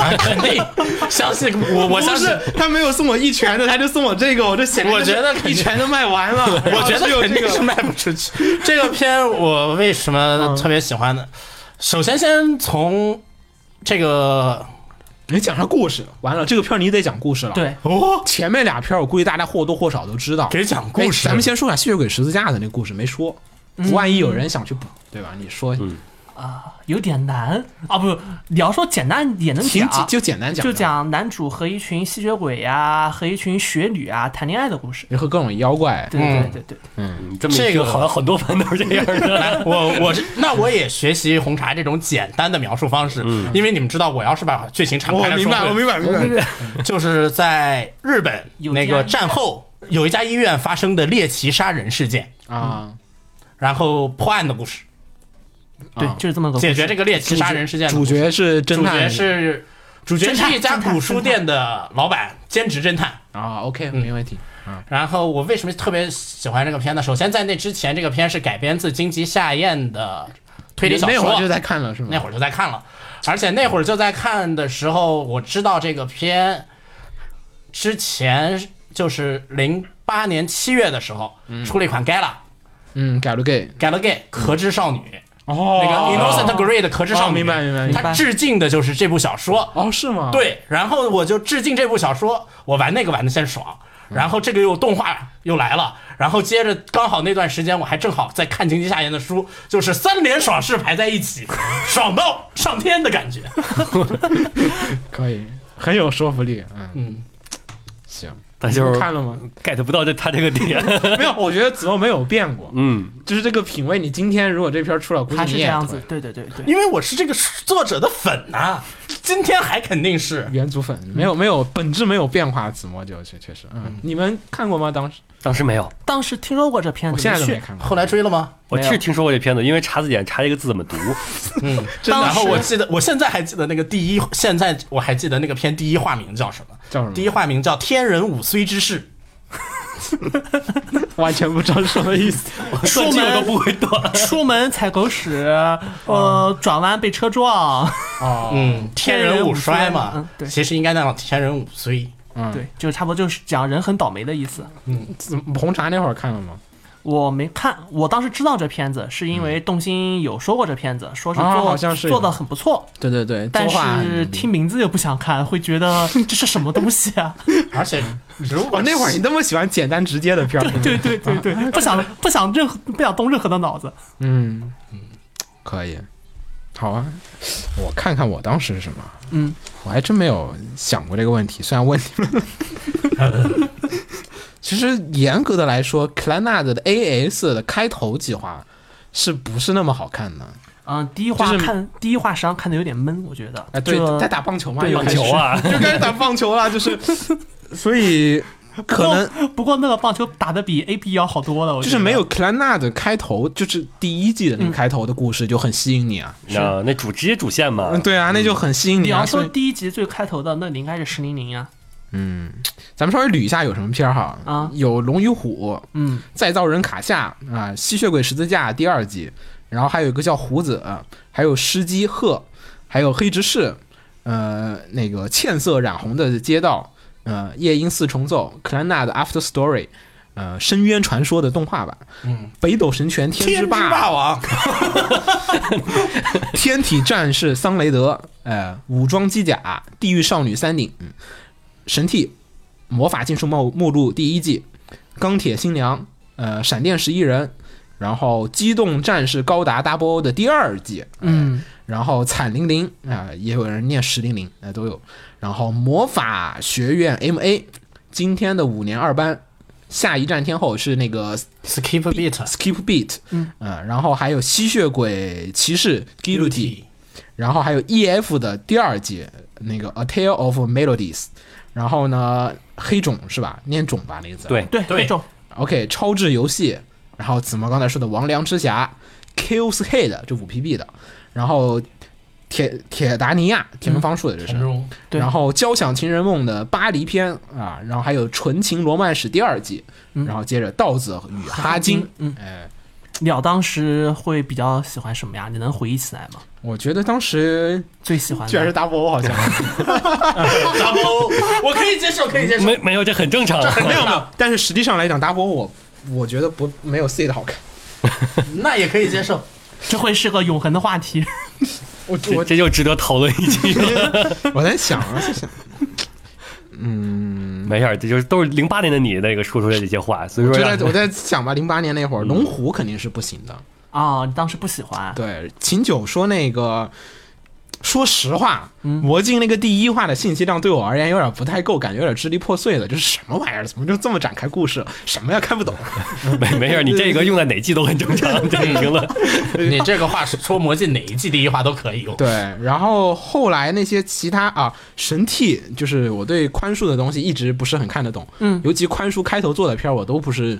Speaker 5: 啊肯定相信 我，我相
Speaker 3: 不
Speaker 5: 信。
Speaker 3: 是他没有送我一拳的，他就送我这个，我 这显然
Speaker 5: 我
Speaker 3: 就是
Speaker 5: 觉得肯定
Speaker 3: 一拳就卖完 了。
Speaker 5: 我觉得
Speaker 3: 然后只有
Speaker 5: 肯
Speaker 3: 这
Speaker 5: 定是
Speaker 3: 个嗯
Speaker 5: 卖不出去。这个片我为什么特别喜欢呢？首先，先从这个
Speaker 3: 你讲上故事，完了这个片儿你得讲故事了。，
Speaker 4: 对，
Speaker 5: 哦，
Speaker 3: 前面俩片儿我估计大家或多或少都知道。
Speaker 5: 给讲故事，嗯
Speaker 3: 哎咱们先说下吸血鬼十字架的那故事没说，万一有人想去补，对吧？你说
Speaker 2: 嗯
Speaker 4: 有点难啊，不，你要说简单也能
Speaker 3: 挺
Speaker 4: 讲，啊
Speaker 3: 就简单讲，
Speaker 4: 就，讲男主和一群吸血鬼呀、和一群雪女啊谈恋爱的故事。
Speaker 3: 和各种妖怪。
Speaker 4: 对对对对对，
Speaker 2: 嗯这么一
Speaker 5: 这个
Speaker 2: 听好像很多番都是这 样的。
Speaker 5: 我我是那我也学习红茶这种简单的描述方式，因为你们知道，我要是把剧情敞
Speaker 3: 嗯我
Speaker 5: 开来
Speaker 3: 明
Speaker 5: 说，
Speaker 3: 白，我明白，明白。
Speaker 5: 就是在日本
Speaker 4: 有
Speaker 5: 那个
Speaker 4: 家医院
Speaker 5: 战后有一家医院发生的猎奇杀人事件，
Speaker 3: 啊，
Speaker 5: 然后破案的故事，
Speaker 4: 对
Speaker 3: 啊
Speaker 4: 就是这么个故事
Speaker 5: 解决这个猎奇杀人事件的故
Speaker 3: 主
Speaker 5: 事。
Speaker 3: 角是侦
Speaker 5: 主角
Speaker 3: 探，
Speaker 5: 是主角是一家
Speaker 4: 侦探
Speaker 5: 古书店的老板，兼职侦探。
Speaker 3: 啊，OK，没问题。
Speaker 5: 然后我为什么特别喜欢这个片呢？首先在那之前，这个片是改编自金吉夏彦的推理小
Speaker 3: 那
Speaker 5: 说，
Speaker 3: 会儿就在看了是吗？
Speaker 5: 那会儿就在看了，而且那会儿就在看的时候，我知道这个片之前就是零八年七月的时候、出了一款 Gala
Speaker 3: 嗯，改了 gay。
Speaker 5: Gala Gay 壳之少女，
Speaker 3: 嗯哦
Speaker 5: 那个 Innocent Grey 的壳之少女，
Speaker 3: 哦明白明白明
Speaker 4: 白
Speaker 5: 它致敬的就是这部小说。
Speaker 3: 哦，是吗？，
Speaker 5: 对，然后我就致敬这部小说，我玩那个玩的先爽，
Speaker 3: 嗯
Speaker 5: 然后这个又动画又来了，然后接着刚好那段时间我还正好在看经济夏言的书，就是三连爽事排在 一起，爽到上天的感觉。
Speaker 3: 可以，很有说服力。嗯，
Speaker 5: 嗯，
Speaker 3: 行，
Speaker 2: 但就是
Speaker 3: 看了吗？
Speaker 2: get 不到这他这个点，
Speaker 3: 没有，我觉得子墨没有变过，
Speaker 2: 嗯，
Speaker 3: 就是这个品味。你今天如果这片儿出了，估计
Speaker 4: 他
Speaker 3: 你
Speaker 4: 是
Speaker 3: 也
Speaker 4: 这样
Speaker 3: 会
Speaker 4: 子，对对对对。
Speaker 5: 因为我是这个作者的粉呐、今天还肯定是
Speaker 3: 原祖粉，没有没有本质没有变化，子墨就确确实，嗯，你们看过吗？当时
Speaker 2: 当时没有，
Speaker 4: 当时听说过这 片
Speaker 3: 我
Speaker 4: 子，
Speaker 3: 现在都
Speaker 4: 没
Speaker 3: 没
Speaker 4: 去
Speaker 3: 看过。
Speaker 5: 后来追了吗？
Speaker 2: 我
Speaker 4: 没有
Speaker 2: 是听说过这片子，因为查字典查这个字怎 么读，
Speaker 5: 嗯，
Speaker 3: 真的
Speaker 5: 然后我记得，我现在还记得那个第一，现在我还记得那个片第一化名叫什么？
Speaker 3: 叫什么
Speaker 5: 第一化名叫《天人五虽之事
Speaker 3: 完全不知道什么意 思。
Speaker 4: 出
Speaker 2: 断句我都
Speaker 4: 门
Speaker 2: 不 会断。
Speaker 4: 出门踩狗屎，呃，转弯被车撞，》。
Speaker 3: 哦，
Speaker 5: 嗯，天人五衰嘛，
Speaker 4: 嗯对
Speaker 5: 其实应该那叫天人五衰。
Speaker 3: 嗯
Speaker 4: 对，就差不多就是讲人很倒霉的意思。
Speaker 3: 子红茶那会儿看了吗？
Speaker 4: 我没看，我当时知道这片子是因为动心有说过这片子，说是做、
Speaker 3: 啊好像是有
Speaker 4: 做的很不错，
Speaker 3: 对对对，
Speaker 4: 但
Speaker 3: 作画很
Speaker 4: 是听名字就不想看，会觉得这是什么东西啊？
Speaker 5: 而且哦
Speaker 3: 我哦那会儿你那么喜欢简单直接的片儿，
Speaker 4: 对对对对，不想不想任何不想动任何的脑子。
Speaker 3: 嗯，可以，好啊，我看看我当时是什么。
Speaker 4: 嗯，
Speaker 3: 我还真没有想过这个问题，虽然问你们。 其实严格的来说，克莱纳的 AS 的开头计划是不是那么好看呢？
Speaker 4: 嗯，第一话
Speaker 3: 就是
Speaker 4: 看第一话实际上看的有点闷，我觉得。
Speaker 3: 啊，对
Speaker 4: 就，
Speaker 3: 在打棒球嘛，
Speaker 4: 对
Speaker 3: 又
Speaker 2: 棒
Speaker 3: 开始
Speaker 2: 球，啊，
Speaker 3: 就开始打棒球了， 就是，所以可能
Speaker 4: 不过那个棒球打的比 A P 要好多了，我
Speaker 3: 就
Speaker 4: 觉
Speaker 3: 是
Speaker 4: 得
Speaker 3: 没有克莱纳的开头，就是第一季的那个开头的故事就很吸引你啊。
Speaker 2: 那那主直接主线嘛
Speaker 3: 嗯，，对啊，那就很吸引
Speaker 4: 你
Speaker 3: 你
Speaker 4: 要
Speaker 3: 啊。
Speaker 4: 说
Speaker 3: 所以，
Speaker 4: 第一集最开头的，那你应该是石玲玲啊。
Speaker 3: 嗯，咱们稍微捋一下有什么片儿哈。
Speaker 4: 啊
Speaker 3: 有《龙与虎》《
Speaker 4: 嗯，
Speaker 3: 再造人卡夏》啊，《吸血鬼十字架》第二季，然后还有一个叫胡子，啊还有诗姬鹤，还有黑执事，呃，那个茜色染红的街道，呃，夜莺四重奏，克兰纳的 After Story。呃，深渊传说的动画版，嗯，北斗神拳天之霸，
Speaker 5: 霸王，
Speaker 3: 天体战士桑雷德，呃，武装机甲，地狱少女三顶，嗯神替，魔法禁术目目录第一季，钢铁新娘，呃，闪电十一人，然后机动战士高达 Double O 的第二季，呃
Speaker 4: 嗯，
Speaker 3: 然后惨零零啊，呃也有人念十零零，呃，都有，然后魔法学院 M A，今天的五年二班。下一站天后是那个
Speaker 5: skip beat
Speaker 3: Skip Beat，嗯、呃，然后还有吸血鬼骑士 Guillotine，然后还有 E.F 的第二季那个 A Tale of Melodies，然后呢黑种是吧？念种吧那个字。
Speaker 2: 对
Speaker 4: 对，那种
Speaker 3: OK，超智游戏，然后子墨刚才说的王良之匣，Kills Head 这五 PB 的，然后铁铁达尼亚铁门方术的这是。
Speaker 5: 陈忠，
Speaker 4: 对
Speaker 3: 然后《交响情人梦》的巴黎篇啊，然后还有《纯情罗曼史》第二季，然后接着《稻子与哈金》
Speaker 4: 金嗯
Speaker 3: 哎，
Speaker 4: 鸟当时会比较喜欢什么呀？你能回忆起来吗？
Speaker 3: 我觉得当时
Speaker 4: 最喜欢的
Speaker 3: 居然是 Double O 好像，
Speaker 5: 咱们我可以接受，可以接受，
Speaker 2: 没没有，这很正常啊。
Speaker 5: 没有没有，
Speaker 3: 但是实际上来讲，Double O 我我觉得不没有 C 的好看。
Speaker 5: 那也可以接受。
Speaker 4: 这会是个永恒的话题。
Speaker 3: 我
Speaker 2: 这这就值得讨论一期了。
Speaker 3: 我在想啊，在想
Speaker 2: 没事儿，这就是都是零八年的你那个说出来的一些话，所以
Speaker 3: 我
Speaker 2: 说
Speaker 3: 就
Speaker 2: 让
Speaker 3: 在我在想吧，零八年那会儿，龙虎肯定是不行的。
Speaker 4: 啊，你当时不喜欢？
Speaker 3: 对，秦九说那个，说实话，魔镜那个第一话的信息量对我而言有点不太够，感觉有点支离破碎的，就是什么玩意儿，怎么就这么展开故事，什么呀看不懂。
Speaker 2: 没没事儿，你这个用在哪季都很正常，这个评论。
Speaker 5: 你这个话是说魔镜哪一季第一话都可以用。
Speaker 3: 对，然后后来那些其他啊，神替就是我对宽恕的东西一直不是很看得懂，
Speaker 4: 嗯
Speaker 3: 尤其宽恕开头做的片儿我都不是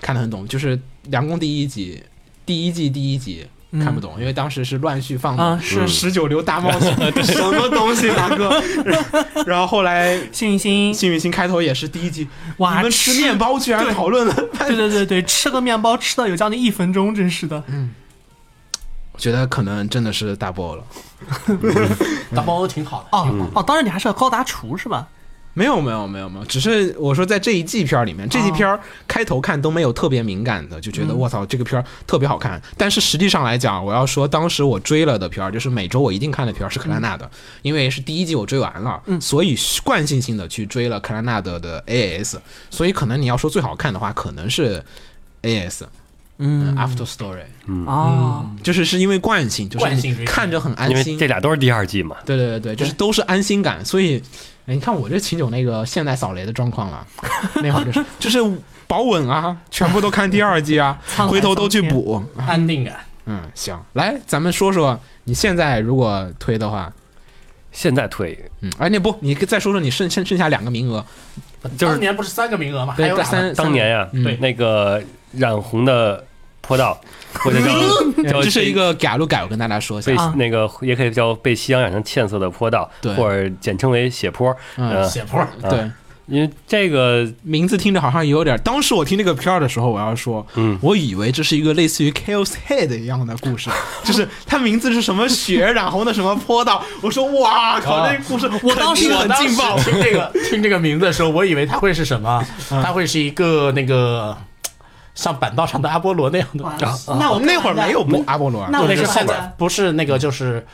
Speaker 3: 看得很懂，就是《梁公》第一集，第一季第一集。看不懂，因为当时是乱序放的，
Speaker 4: 嗯啊是
Speaker 3: 十九流大冒险， 什么东西，大哥？然后后来
Speaker 4: 幸运星，
Speaker 3: 幸运星开头也是第一集，
Speaker 4: 哇
Speaker 3: 你们吃
Speaker 4: 吃
Speaker 3: 面 包居然
Speaker 4: 对
Speaker 3: 讨论了
Speaker 4: 对对对对，吃个面包吃的有将近一分钟，真是
Speaker 3: 嗯
Speaker 4: 的。
Speaker 3: 我觉得可能真的是大波了。
Speaker 5: 大包挺好的，
Speaker 4: 哦哦，当然你还是个高达厨是吧？
Speaker 3: 没有没有没有没有，只是我说在这一季片儿里面，这季片儿开头看都没有特别敏感的，就觉得我操这个片儿特别好看。但是实际上来讲，我要说当时我追了的片儿，就是每周我一定看的片儿是克莱纳的，因为是第一季我追完了，所以惯性性的去追了克莱纳的的 AS，所以可能你要说最好看的话，可能是 AS，嗯，After Story，
Speaker 4: 哦，
Speaker 3: 就是是因为惯性，就
Speaker 5: 惯
Speaker 3: 是
Speaker 5: 性
Speaker 3: 你
Speaker 5: 追
Speaker 3: 看着很安
Speaker 2: 因为
Speaker 3: 心
Speaker 2: 这，俩都是第二季嘛，
Speaker 3: 对对对对，就是都是安心感，所以，哎，你看我这秦九那个现代扫雷的状况啊， 那会儿就是就是保稳 啊，全部都看第二季啊
Speaker 4: 沧，海
Speaker 3: 回头都去
Speaker 4: 桑田
Speaker 3: 补。
Speaker 5: 安定感。
Speaker 3: 嗯，行，来，咱们说说你现在如果推的话，
Speaker 2: 现在推
Speaker 3: 嗯，哎，那不，你再说说你剩剩剩下两个名额，
Speaker 2: 就是
Speaker 5: 当年不是三个名额吗？还
Speaker 3: 对，
Speaker 5: 有
Speaker 3: 这
Speaker 5: 两个
Speaker 3: 三
Speaker 2: 当年呀，
Speaker 3: 嗯
Speaker 5: 对
Speaker 2: 那个染红的坡道，或者
Speaker 3: 三
Speaker 2: 叫
Speaker 3: 个
Speaker 2: 叫
Speaker 3: 嗯这是一个改路改，我跟大家说一下
Speaker 2: 被，
Speaker 4: 啊
Speaker 2: 那个也可以叫被夕阳染成茜色的坡道
Speaker 3: 对，
Speaker 2: 或者简称为血坡。
Speaker 3: 嗯
Speaker 2: 呃，
Speaker 5: 血泊，
Speaker 3: 对。
Speaker 2: 因为这个
Speaker 3: 名字听着好像有点儿，当时我听这个片儿的时候，我要说，
Speaker 2: 嗯
Speaker 3: 我以为这是一个类似于 Chaos Head 一样的故事，就是它名字是什么血染红的什么坡道，我说哇靠，
Speaker 5: 啊
Speaker 3: 这故事
Speaker 4: 我当时
Speaker 3: 肯定很劲爆
Speaker 5: 我当，时听这个 听这个名字的时候，我以为它会是什么？它会是一个那个像板道上的阿波罗那样的。
Speaker 3: 嗯
Speaker 4: 那我
Speaker 3: 哦那会儿没有波阿波罗啊，
Speaker 4: 那我
Speaker 5: 那是
Speaker 4: 知道
Speaker 5: 现在
Speaker 4: 了
Speaker 5: 不是那个就是。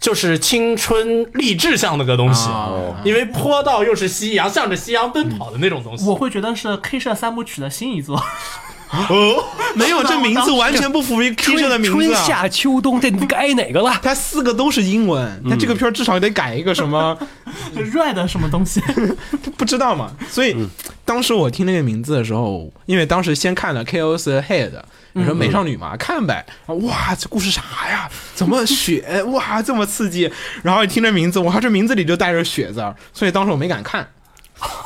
Speaker 5: 就是青春励志向的个东西，
Speaker 6: 哦
Speaker 3: 啊
Speaker 5: 因为坡道又是夕阳，向着夕阳奔跑的那种东西。
Speaker 4: 我会觉得是 K 社三部曲的新一作，
Speaker 3: 啊
Speaker 5: 哦，
Speaker 6: 没有这名字完全不符于 K 社的名字
Speaker 2: 春
Speaker 6: 啊！
Speaker 2: 夏秋冬，这你该哪个 了？
Speaker 3: 它四个都是英文，那这个片儿至少得改一个什么，
Speaker 4: 就 Red 什么东西，
Speaker 3: 不不知道嘛。所
Speaker 2: 嗯
Speaker 3: 以当时我听那个名字的时候，因为当时先看了 K.O.S. Head，你
Speaker 2: 嗯
Speaker 3: 说美少女嘛，看呗。哇，这故事啥呀？怎么 血？哇，这么刺激！然后一听这名字，哇，这名字里就带着血字儿，所以当时我没敢看。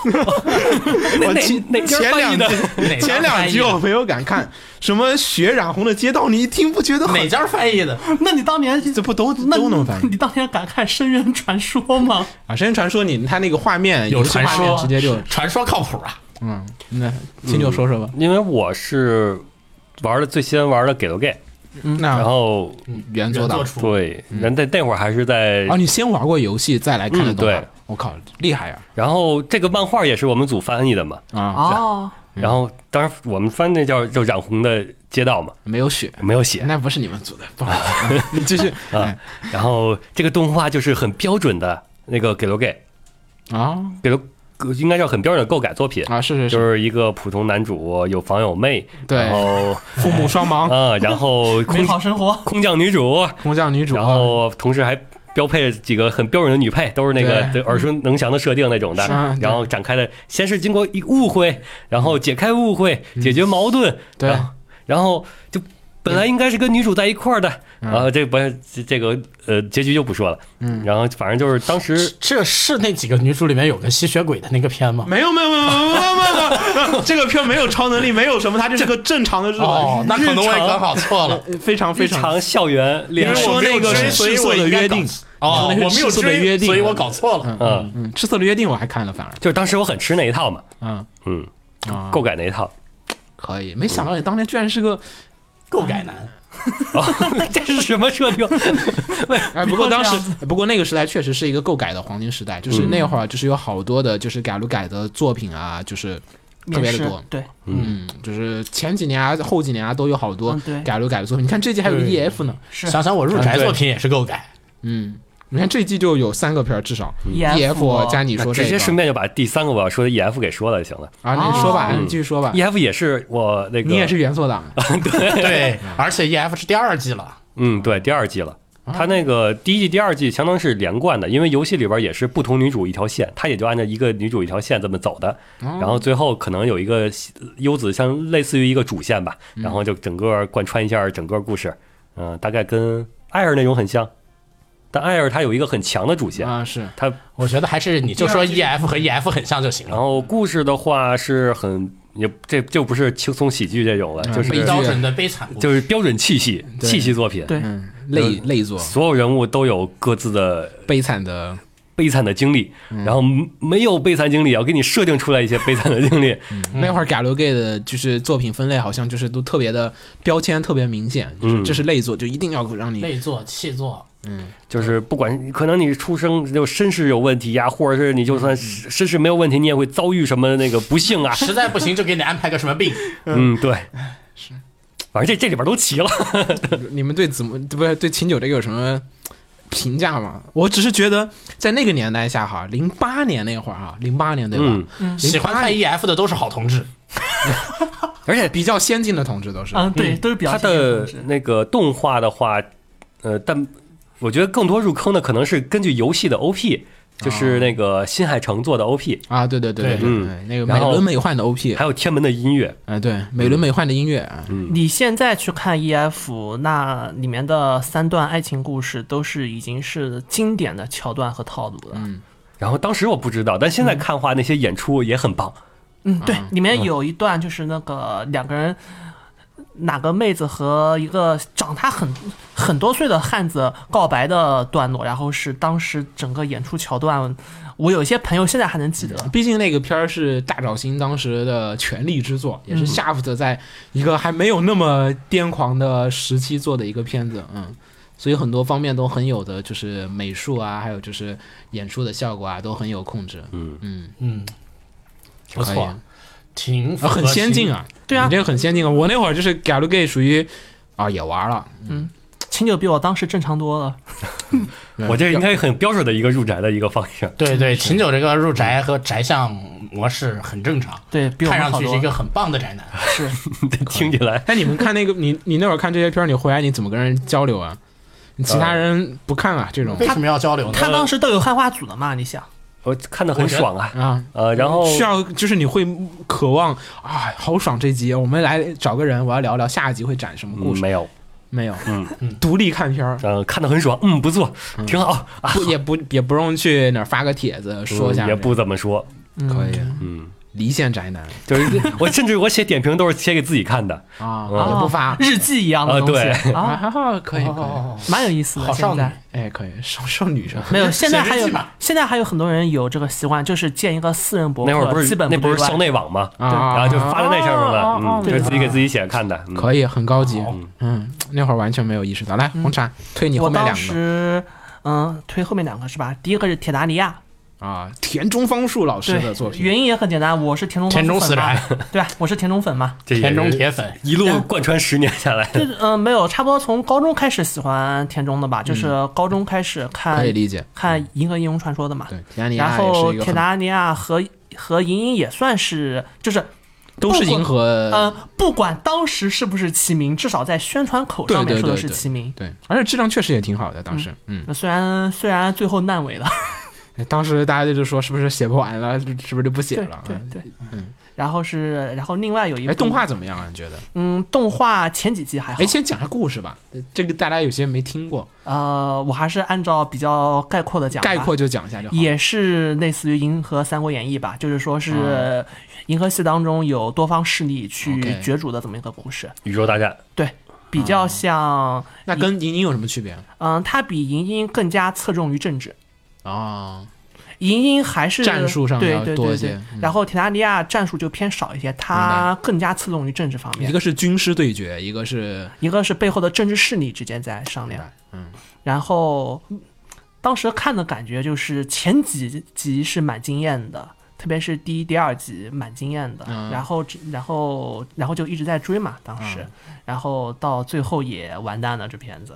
Speaker 2: 哪
Speaker 3: 我
Speaker 2: 哪
Speaker 3: 前
Speaker 2: 哪家
Speaker 3: 前
Speaker 2: 翻译
Speaker 3: 两
Speaker 2: 的
Speaker 3: 集？ 前两集我没有敢看，什么血染红的街道，你一听不觉得
Speaker 5: 哪
Speaker 3: 很？
Speaker 5: 家翻译的？
Speaker 4: 那你当年
Speaker 3: 这不都
Speaker 4: 那
Speaker 3: 都能翻译
Speaker 4: 你当年敢看《深渊传说》 吗？
Speaker 3: 啊？神仙传说你它那个画面
Speaker 5: 有
Speaker 3: 游戏
Speaker 5: 传
Speaker 3: 画面
Speaker 5: 说，
Speaker 3: 直接就
Speaker 5: 传说靠谱啊！
Speaker 3: 嗯，那秦九说说吧。
Speaker 2: 因为我是玩的最先玩的《给了 gay》，然嗯
Speaker 3: 那
Speaker 2: 后
Speaker 3: 原作党
Speaker 5: 原出
Speaker 2: 对，人在那会儿还是在
Speaker 3: 嗯啊，你先玩过游戏再来看的
Speaker 2: 哎嗯
Speaker 3: 动画，
Speaker 2: 对
Speaker 3: 我靠，厉害呀！
Speaker 2: 然后这个漫画也是我们组翻译的嘛，
Speaker 3: 啊，
Speaker 4: 哦，
Speaker 2: 然后当然我们翻那叫就染红的街道嘛，
Speaker 3: 没有血，
Speaker 2: 没有写。
Speaker 3: 那不是你们组的，不好意思，你 继
Speaker 2: 啊
Speaker 3: 续哎
Speaker 2: 然后这个动画就是很标准的那个给楼给
Speaker 3: 啊
Speaker 2: 给楼应该叫很标准的购改作品，
Speaker 3: 啊，是是，
Speaker 2: 就是是一个普通男主有房有妹，
Speaker 3: 对
Speaker 2: 然后
Speaker 3: 父母双亡，
Speaker 2: 啊、然后
Speaker 4: 美
Speaker 2: 空
Speaker 4: 好生活，
Speaker 2: 空降女主，
Speaker 3: 空降女主，啊
Speaker 2: 然后同时还标配几个很标准的女配，都是那个
Speaker 3: 对嗯
Speaker 2: 对耳熟能详的设定那种的
Speaker 3: 是啊。对嗯
Speaker 2: 然后展开的，先是经过一误会，然后解开误会，解决矛盾，
Speaker 3: 对
Speaker 2: 然后，然后就本来应该是跟女主在一块儿的，
Speaker 3: 嗯
Speaker 2: 然后这不这这个呃结局就不说了。
Speaker 3: 嗯
Speaker 2: 然后反正就是当时
Speaker 5: 这是那几个女主里面有个吸血鬼的那个片吗？
Speaker 6: 没有没有没有没有没有没有没有，这个片没有超能力，没有什么，它就是个正常的日
Speaker 5: 哦，
Speaker 6: 本。
Speaker 5: 那可能我也刚好 错了。
Speaker 3: 呃非常非
Speaker 2: 非
Speaker 3: 常
Speaker 2: 常校园恋
Speaker 5: 因为
Speaker 2: 爱，
Speaker 5: 我没有
Speaker 6: 你说那个
Speaker 5: 追，
Speaker 6: 是
Speaker 5: 所以我
Speaker 3: 赤色的
Speaker 5: 应该
Speaker 3: 约
Speaker 5: 搞
Speaker 3: 定
Speaker 5: 哦，我
Speaker 3: 你说那是
Speaker 5: 没
Speaker 3: 赤
Speaker 5: 有
Speaker 3: 色的约
Speaker 5: 追，
Speaker 3: 定
Speaker 5: 所以我搞错了。
Speaker 2: 嗯，
Speaker 3: 嗯，赤色的约定我还看了，反而
Speaker 2: 就是当时我很吃那一套嘛，
Speaker 3: 嗯
Speaker 2: 嗯，
Speaker 3: 啊，
Speaker 2: 购改那 一套。
Speaker 3: 可以，没想到你当年居然是 个，
Speaker 5: 够改难，
Speaker 2: 这是什么设定？
Speaker 3: 哎，不过当时，不过那个时代确实是一个够改的黄金时代，
Speaker 2: 嗯
Speaker 3: 就是那会儿就是有好多的，就是改路改的作品啊，就是特别的
Speaker 4: 面
Speaker 3: 多
Speaker 4: 试，对，
Speaker 3: 嗯，就是前几年啊、后几年啊都有好多
Speaker 4: 嗯对
Speaker 3: 改路改的作品。你看这季还有个
Speaker 5: 对
Speaker 3: EF 呢，
Speaker 4: 是
Speaker 5: 想想我入宅作品也是够改，
Speaker 3: 嗯，你看这季就有三个片儿，至少 E
Speaker 4: EF
Speaker 3: 加你说这
Speaker 2: 啊直
Speaker 3: 个
Speaker 2: 接顺便就把第三个我要说的 EF 给说了就行了。
Speaker 3: 啊，你说吧，
Speaker 2: 哦
Speaker 3: 你继续说吧，
Speaker 2: EF 也是我那个，
Speaker 3: 啊你也是原作党
Speaker 5: 对，而且 EF 是第二季了，
Speaker 2: 嗯，对，第二季了。它那个第一季、第二季相当是连贯的，因为游戏里边也是不同女主一条线，它也就按照一个女主一条线这么走的，然后最后可能有一个优子像类似于一个主线吧，然后就整个贯穿一下整个故事，嗯、大概跟艾尔那种很像，但艾尔它有一个很强的主线，
Speaker 3: 啊，是
Speaker 2: 它
Speaker 5: 我觉得还是你就说 EF 和 EF 很像就行
Speaker 2: 然
Speaker 5: 了，
Speaker 2: 后故事的话是很也这就不是轻松喜剧这种了，
Speaker 3: 嗯
Speaker 2: 就是
Speaker 5: 非标准的悲惨故事。
Speaker 2: 就是标准气息
Speaker 3: 对
Speaker 2: 气息作品，
Speaker 4: 对
Speaker 3: 嗯，类类作，
Speaker 2: 所有人物都有各自的
Speaker 3: 悲惨的
Speaker 2: 悲惨的经历，然后没有悲惨经历，也要给你设定出来一些悲惨的经历。
Speaker 3: 那会儿 Galgame 的就是作品分类好像就是都特别的标签特别明显，就是
Speaker 2: 嗯
Speaker 3: 这是类作，就一定要让你
Speaker 5: 内作、气作，
Speaker 2: 就是不管可能你出生就身世有问题呀、或者是你就算身身世没有问题，你也会遭遇什么那个不幸啊。
Speaker 5: 实在不行就给你安排个什么病。
Speaker 2: 嗯，对，反正这这里边都齐了。
Speaker 3: 你们对子墨不是对秦九这个有什么评价吗？我只是觉得在那个年代下哈，零八年那会儿哈，零八年对吧？
Speaker 2: 嗯
Speaker 5: 喜欢看 EF 的都是好同志，
Speaker 3: 而且比较先进的同志都是，
Speaker 4: 嗯，对，都是比较
Speaker 2: 它
Speaker 4: 新的
Speaker 2: 的
Speaker 4: 同志
Speaker 2: 那个动画的话，呃，但我觉得更多入坑的可能是根据游戏的 OP，就是那个新海诚做的 OP，
Speaker 3: 啊，对对对对
Speaker 5: 对
Speaker 3: 对，
Speaker 2: 嗯
Speaker 3: 那个
Speaker 2: 然
Speaker 3: 美
Speaker 2: 后
Speaker 3: 轮美奂的 OP，
Speaker 2: 还有嗯天门的音乐。
Speaker 3: 哎，对，美轮美奂的音乐啊，
Speaker 4: 你现在去看 EF，那里面的三段爱情故事都是已经是经典的桥段和套路了。
Speaker 3: 嗯
Speaker 2: 然后当时我不知道，但现在看话那些演出也很棒。
Speaker 4: 嗯，对，里面有一段就是那个两个人，哪个妹子和一个长她很很多岁的汉子告白的段落，然后是当时整个演出桥段，我有一些朋友现在还能记得。
Speaker 3: 毕竟那个片儿是大沼星当时的全力之作，
Speaker 2: 嗯
Speaker 3: 也是夏普特在一个还没有那么癫狂的时期做的一个片子，嗯，所以很多方面都很有的，就是美术啊，还有就是演出的效果啊，都很有控制，
Speaker 2: 嗯
Speaker 3: 嗯，
Speaker 5: 嗯，不
Speaker 3: 不
Speaker 5: 错，挺符
Speaker 3: 啊，
Speaker 5: 合
Speaker 3: 很先进啊，
Speaker 4: 对啊
Speaker 3: 你这个很先进啊，我那会儿就是 g a l g a 属于啊也玩了，
Speaker 4: 秦九比我当时正常多了。
Speaker 3: 对
Speaker 2: 我这应该很标准的一个入宅的一个方向。
Speaker 5: 对对，秦九这个入宅和宅相模式很正常，
Speaker 4: 对比我
Speaker 5: 看
Speaker 4: 们
Speaker 5: 上
Speaker 4: 好
Speaker 5: 去
Speaker 4: 多
Speaker 5: 是一。个很棒的宅男。
Speaker 2: 听 起来
Speaker 3: 那哎你们看那个，你你那会儿看这些片儿，你回来你怎么跟人交流啊？你其他人不看啊，这种
Speaker 5: 为什么要交流呢？
Speaker 4: 他当时都有汉化组的嘛，你想，
Speaker 2: 我看的很爽啊，
Speaker 3: 啊，
Speaker 2: 呃，然后
Speaker 3: 需要就是你会渴望啊，好爽这集，我们来找个人，我要聊聊下一集会展什么故
Speaker 2: 嗯
Speaker 3: 事。
Speaker 2: 没有，
Speaker 3: 没有，
Speaker 2: 嗯
Speaker 3: 独立看片 儿，
Speaker 2: 嗯，看的很爽，嗯，不错，挺好，
Speaker 3: 不也不也不用去哪儿发个帖子说一下
Speaker 2: 嗯
Speaker 3: 那个，
Speaker 2: 也不怎么说，
Speaker 3: 可以，
Speaker 2: 嗯，
Speaker 3: 离线宅男
Speaker 2: 就是 我甚至我写点评都是写给自己看的，
Speaker 3: 啊，
Speaker 4: 哦
Speaker 2: 嗯
Speaker 3: 也不发
Speaker 4: 日记一样的
Speaker 2: 啊
Speaker 4: 东西
Speaker 2: 对
Speaker 3: 啊，可以
Speaker 4: 啊，
Speaker 3: 可以，
Speaker 5: 哦，
Speaker 4: 蛮有意思的。
Speaker 5: 好少
Speaker 4: 现
Speaker 5: 女
Speaker 4: 在
Speaker 3: 哎可以，少少女上
Speaker 4: 没有，现在还
Speaker 5: 写
Speaker 4: 有
Speaker 5: 日记吧
Speaker 4: 现在还有很多人有这个习惯，就是建一个私人博客，
Speaker 2: 那会儿不是
Speaker 4: 基本
Speaker 2: 那不是
Speaker 4: 对外
Speaker 2: 校内网吗？然
Speaker 3: 啊，
Speaker 2: 后就发在那上面了，嗯，就
Speaker 4: 对
Speaker 2: 是自己给自己写看的，嗯
Speaker 3: 可以很高级
Speaker 5: 好，
Speaker 3: 嗯，那会儿完全没有意识到。来，红茶推你后
Speaker 4: 我
Speaker 3: 面
Speaker 4: 当
Speaker 3: 两个
Speaker 4: 时嗯推后面两个是吧？第一个是铁达尼亚，
Speaker 3: 啊，田中芳树老师
Speaker 4: 对
Speaker 3: 的作，品
Speaker 4: 原因也很简单，我是田中
Speaker 5: 田中
Speaker 4: 死
Speaker 5: 死宅，
Speaker 4: 对啊吧？我是田中粉 嘛，
Speaker 2: 这也
Speaker 5: 田中
Speaker 2: 是
Speaker 5: 铁粉，
Speaker 2: 一路贯穿十年下来，
Speaker 4: 就是嗯没有，差不多从高中开始喜欢田中的吧，就是高中开始看
Speaker 3: 嗯可以理解。
Speaker 4: 看《银河英雄传说》的嘛，
Speaker 3: 对，铁达尼
Speaker 4: 啊然
Speaker 3: 亚也
Speaker 4: 后
Speaker 3: 是一
Speaker 4: 《
Speaker 3: 个
Speaker 4: 铁
Speaker 3: 很
Speaker 4: 达尼亚》和和《银鹰》也算是，就是
Speaker 3: 都是银河，
Speaker 4: 呃，不管当时是不是齐名，至少在宣传口上
Speaker 3: 对
Speaker 4: 面
Speaker 3: 对
Speaker 4: 说的
Speaker 3: 对
Speaker 4: 是
Speaker 3: 对
Speaker 4: 齐名。
Speaker 3: 对，而且质量确实也挺好的。当时，嗯，哎
Speaker 4: 那虽然虽然最后烂尾了，
Speaker 3: 当时大家就说是不是写不完了，是不是就不写
Speaker 4: 对
Speaker 3: 了？
Speaker 4: 对
Speaker 3: 嗯
Speaker 4: 对，然后是然后另外有一
Speaker 3: 哎，
Speaker 4: 部
Speaker 3: 动画，怎么样啊？你觉得？
Speaker 4: 嗯，动画前几集还好
Speaker 3: 哎，，先讲下故事吧，这个大家有些没听过，
Speaker 4: 呃，我还是按照比较概括的讲，
Speaker 3: 概括。就讲一下就好。
Speaker 4: 也是类似于《银河三国演义》吧，就是说是银河系当中有多方势力去
Speaker 3: 啊 OK 啊
Speaker 4: 角逐的这么一个故事，
Speaker 2: 宇宙大战，
Speaker 4: 对，比较像，
Speaker 3: 那跟银鹰有什么区别啊？
Speaker 4: 嗯，它比《银鹰》更加侧重于政治，
Speaker 3: 哦，
Speaker 4: 银鹰还是
Speaker 3: 战术上
Speaker 4: 对
Speaker 3: 要
Speaker 4: 对
Speaker 3: 多
Speaker 4: 对
Speaker 3: 一些
Speaker 4: 对
Speaker 3: 嗯
Speaker 4: 然后铁达尼亚战术就偏少一些，它更加侧重于政治方面。
Speaker 3: 一个是军师对决，一个是
Speaker 4: 一个是背后的政治势力之间在商量，
Speaker 3: 嗯，
Speaker 4: 然后嗯当时看的感觉就是前几集是蛮惊艳的，特别是第一、第二集蛮惊艳的。
Speaker 3: 嗯
Speaker 4: 然后只，然后，然后就一直在追嘛，当时，
Speaker 3: 嗯
Speaker 4: 然后到最后也完蛋了，这片子，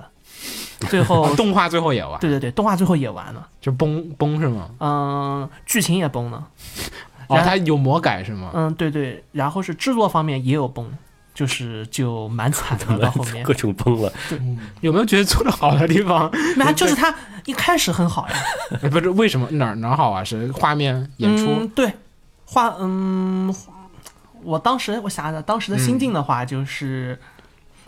Speaker 4: 最后，
Speaker 3: 动画最后也完，
Speaker 4: 哦对对对，动画最后也完了，
Speaker 3: 就崩崩是吗？
Speaker 4: 嗯，剧情也崩了。
Speaker 3: 哦，
Speaker 4: 然后
Speaker 3: 它有魔改是吗？
Speaker 4: 嗯，对对，然后是制作方面也有崩，就是就蛮惨的到后 面
Speaker 2: 各。种崩了，
Speaker 3: 有没有觉得做的好的地方？
Speaker 4: 那就是他一开始很好呀，
Speaker 3: 哎不是为什么哪儿哪儿好啊？是画面演
Speaker 4: 嗯
Speaker 3: 出，
Speaker 4: 对，画嗯，我当时我想想，当时的心境的话，就是、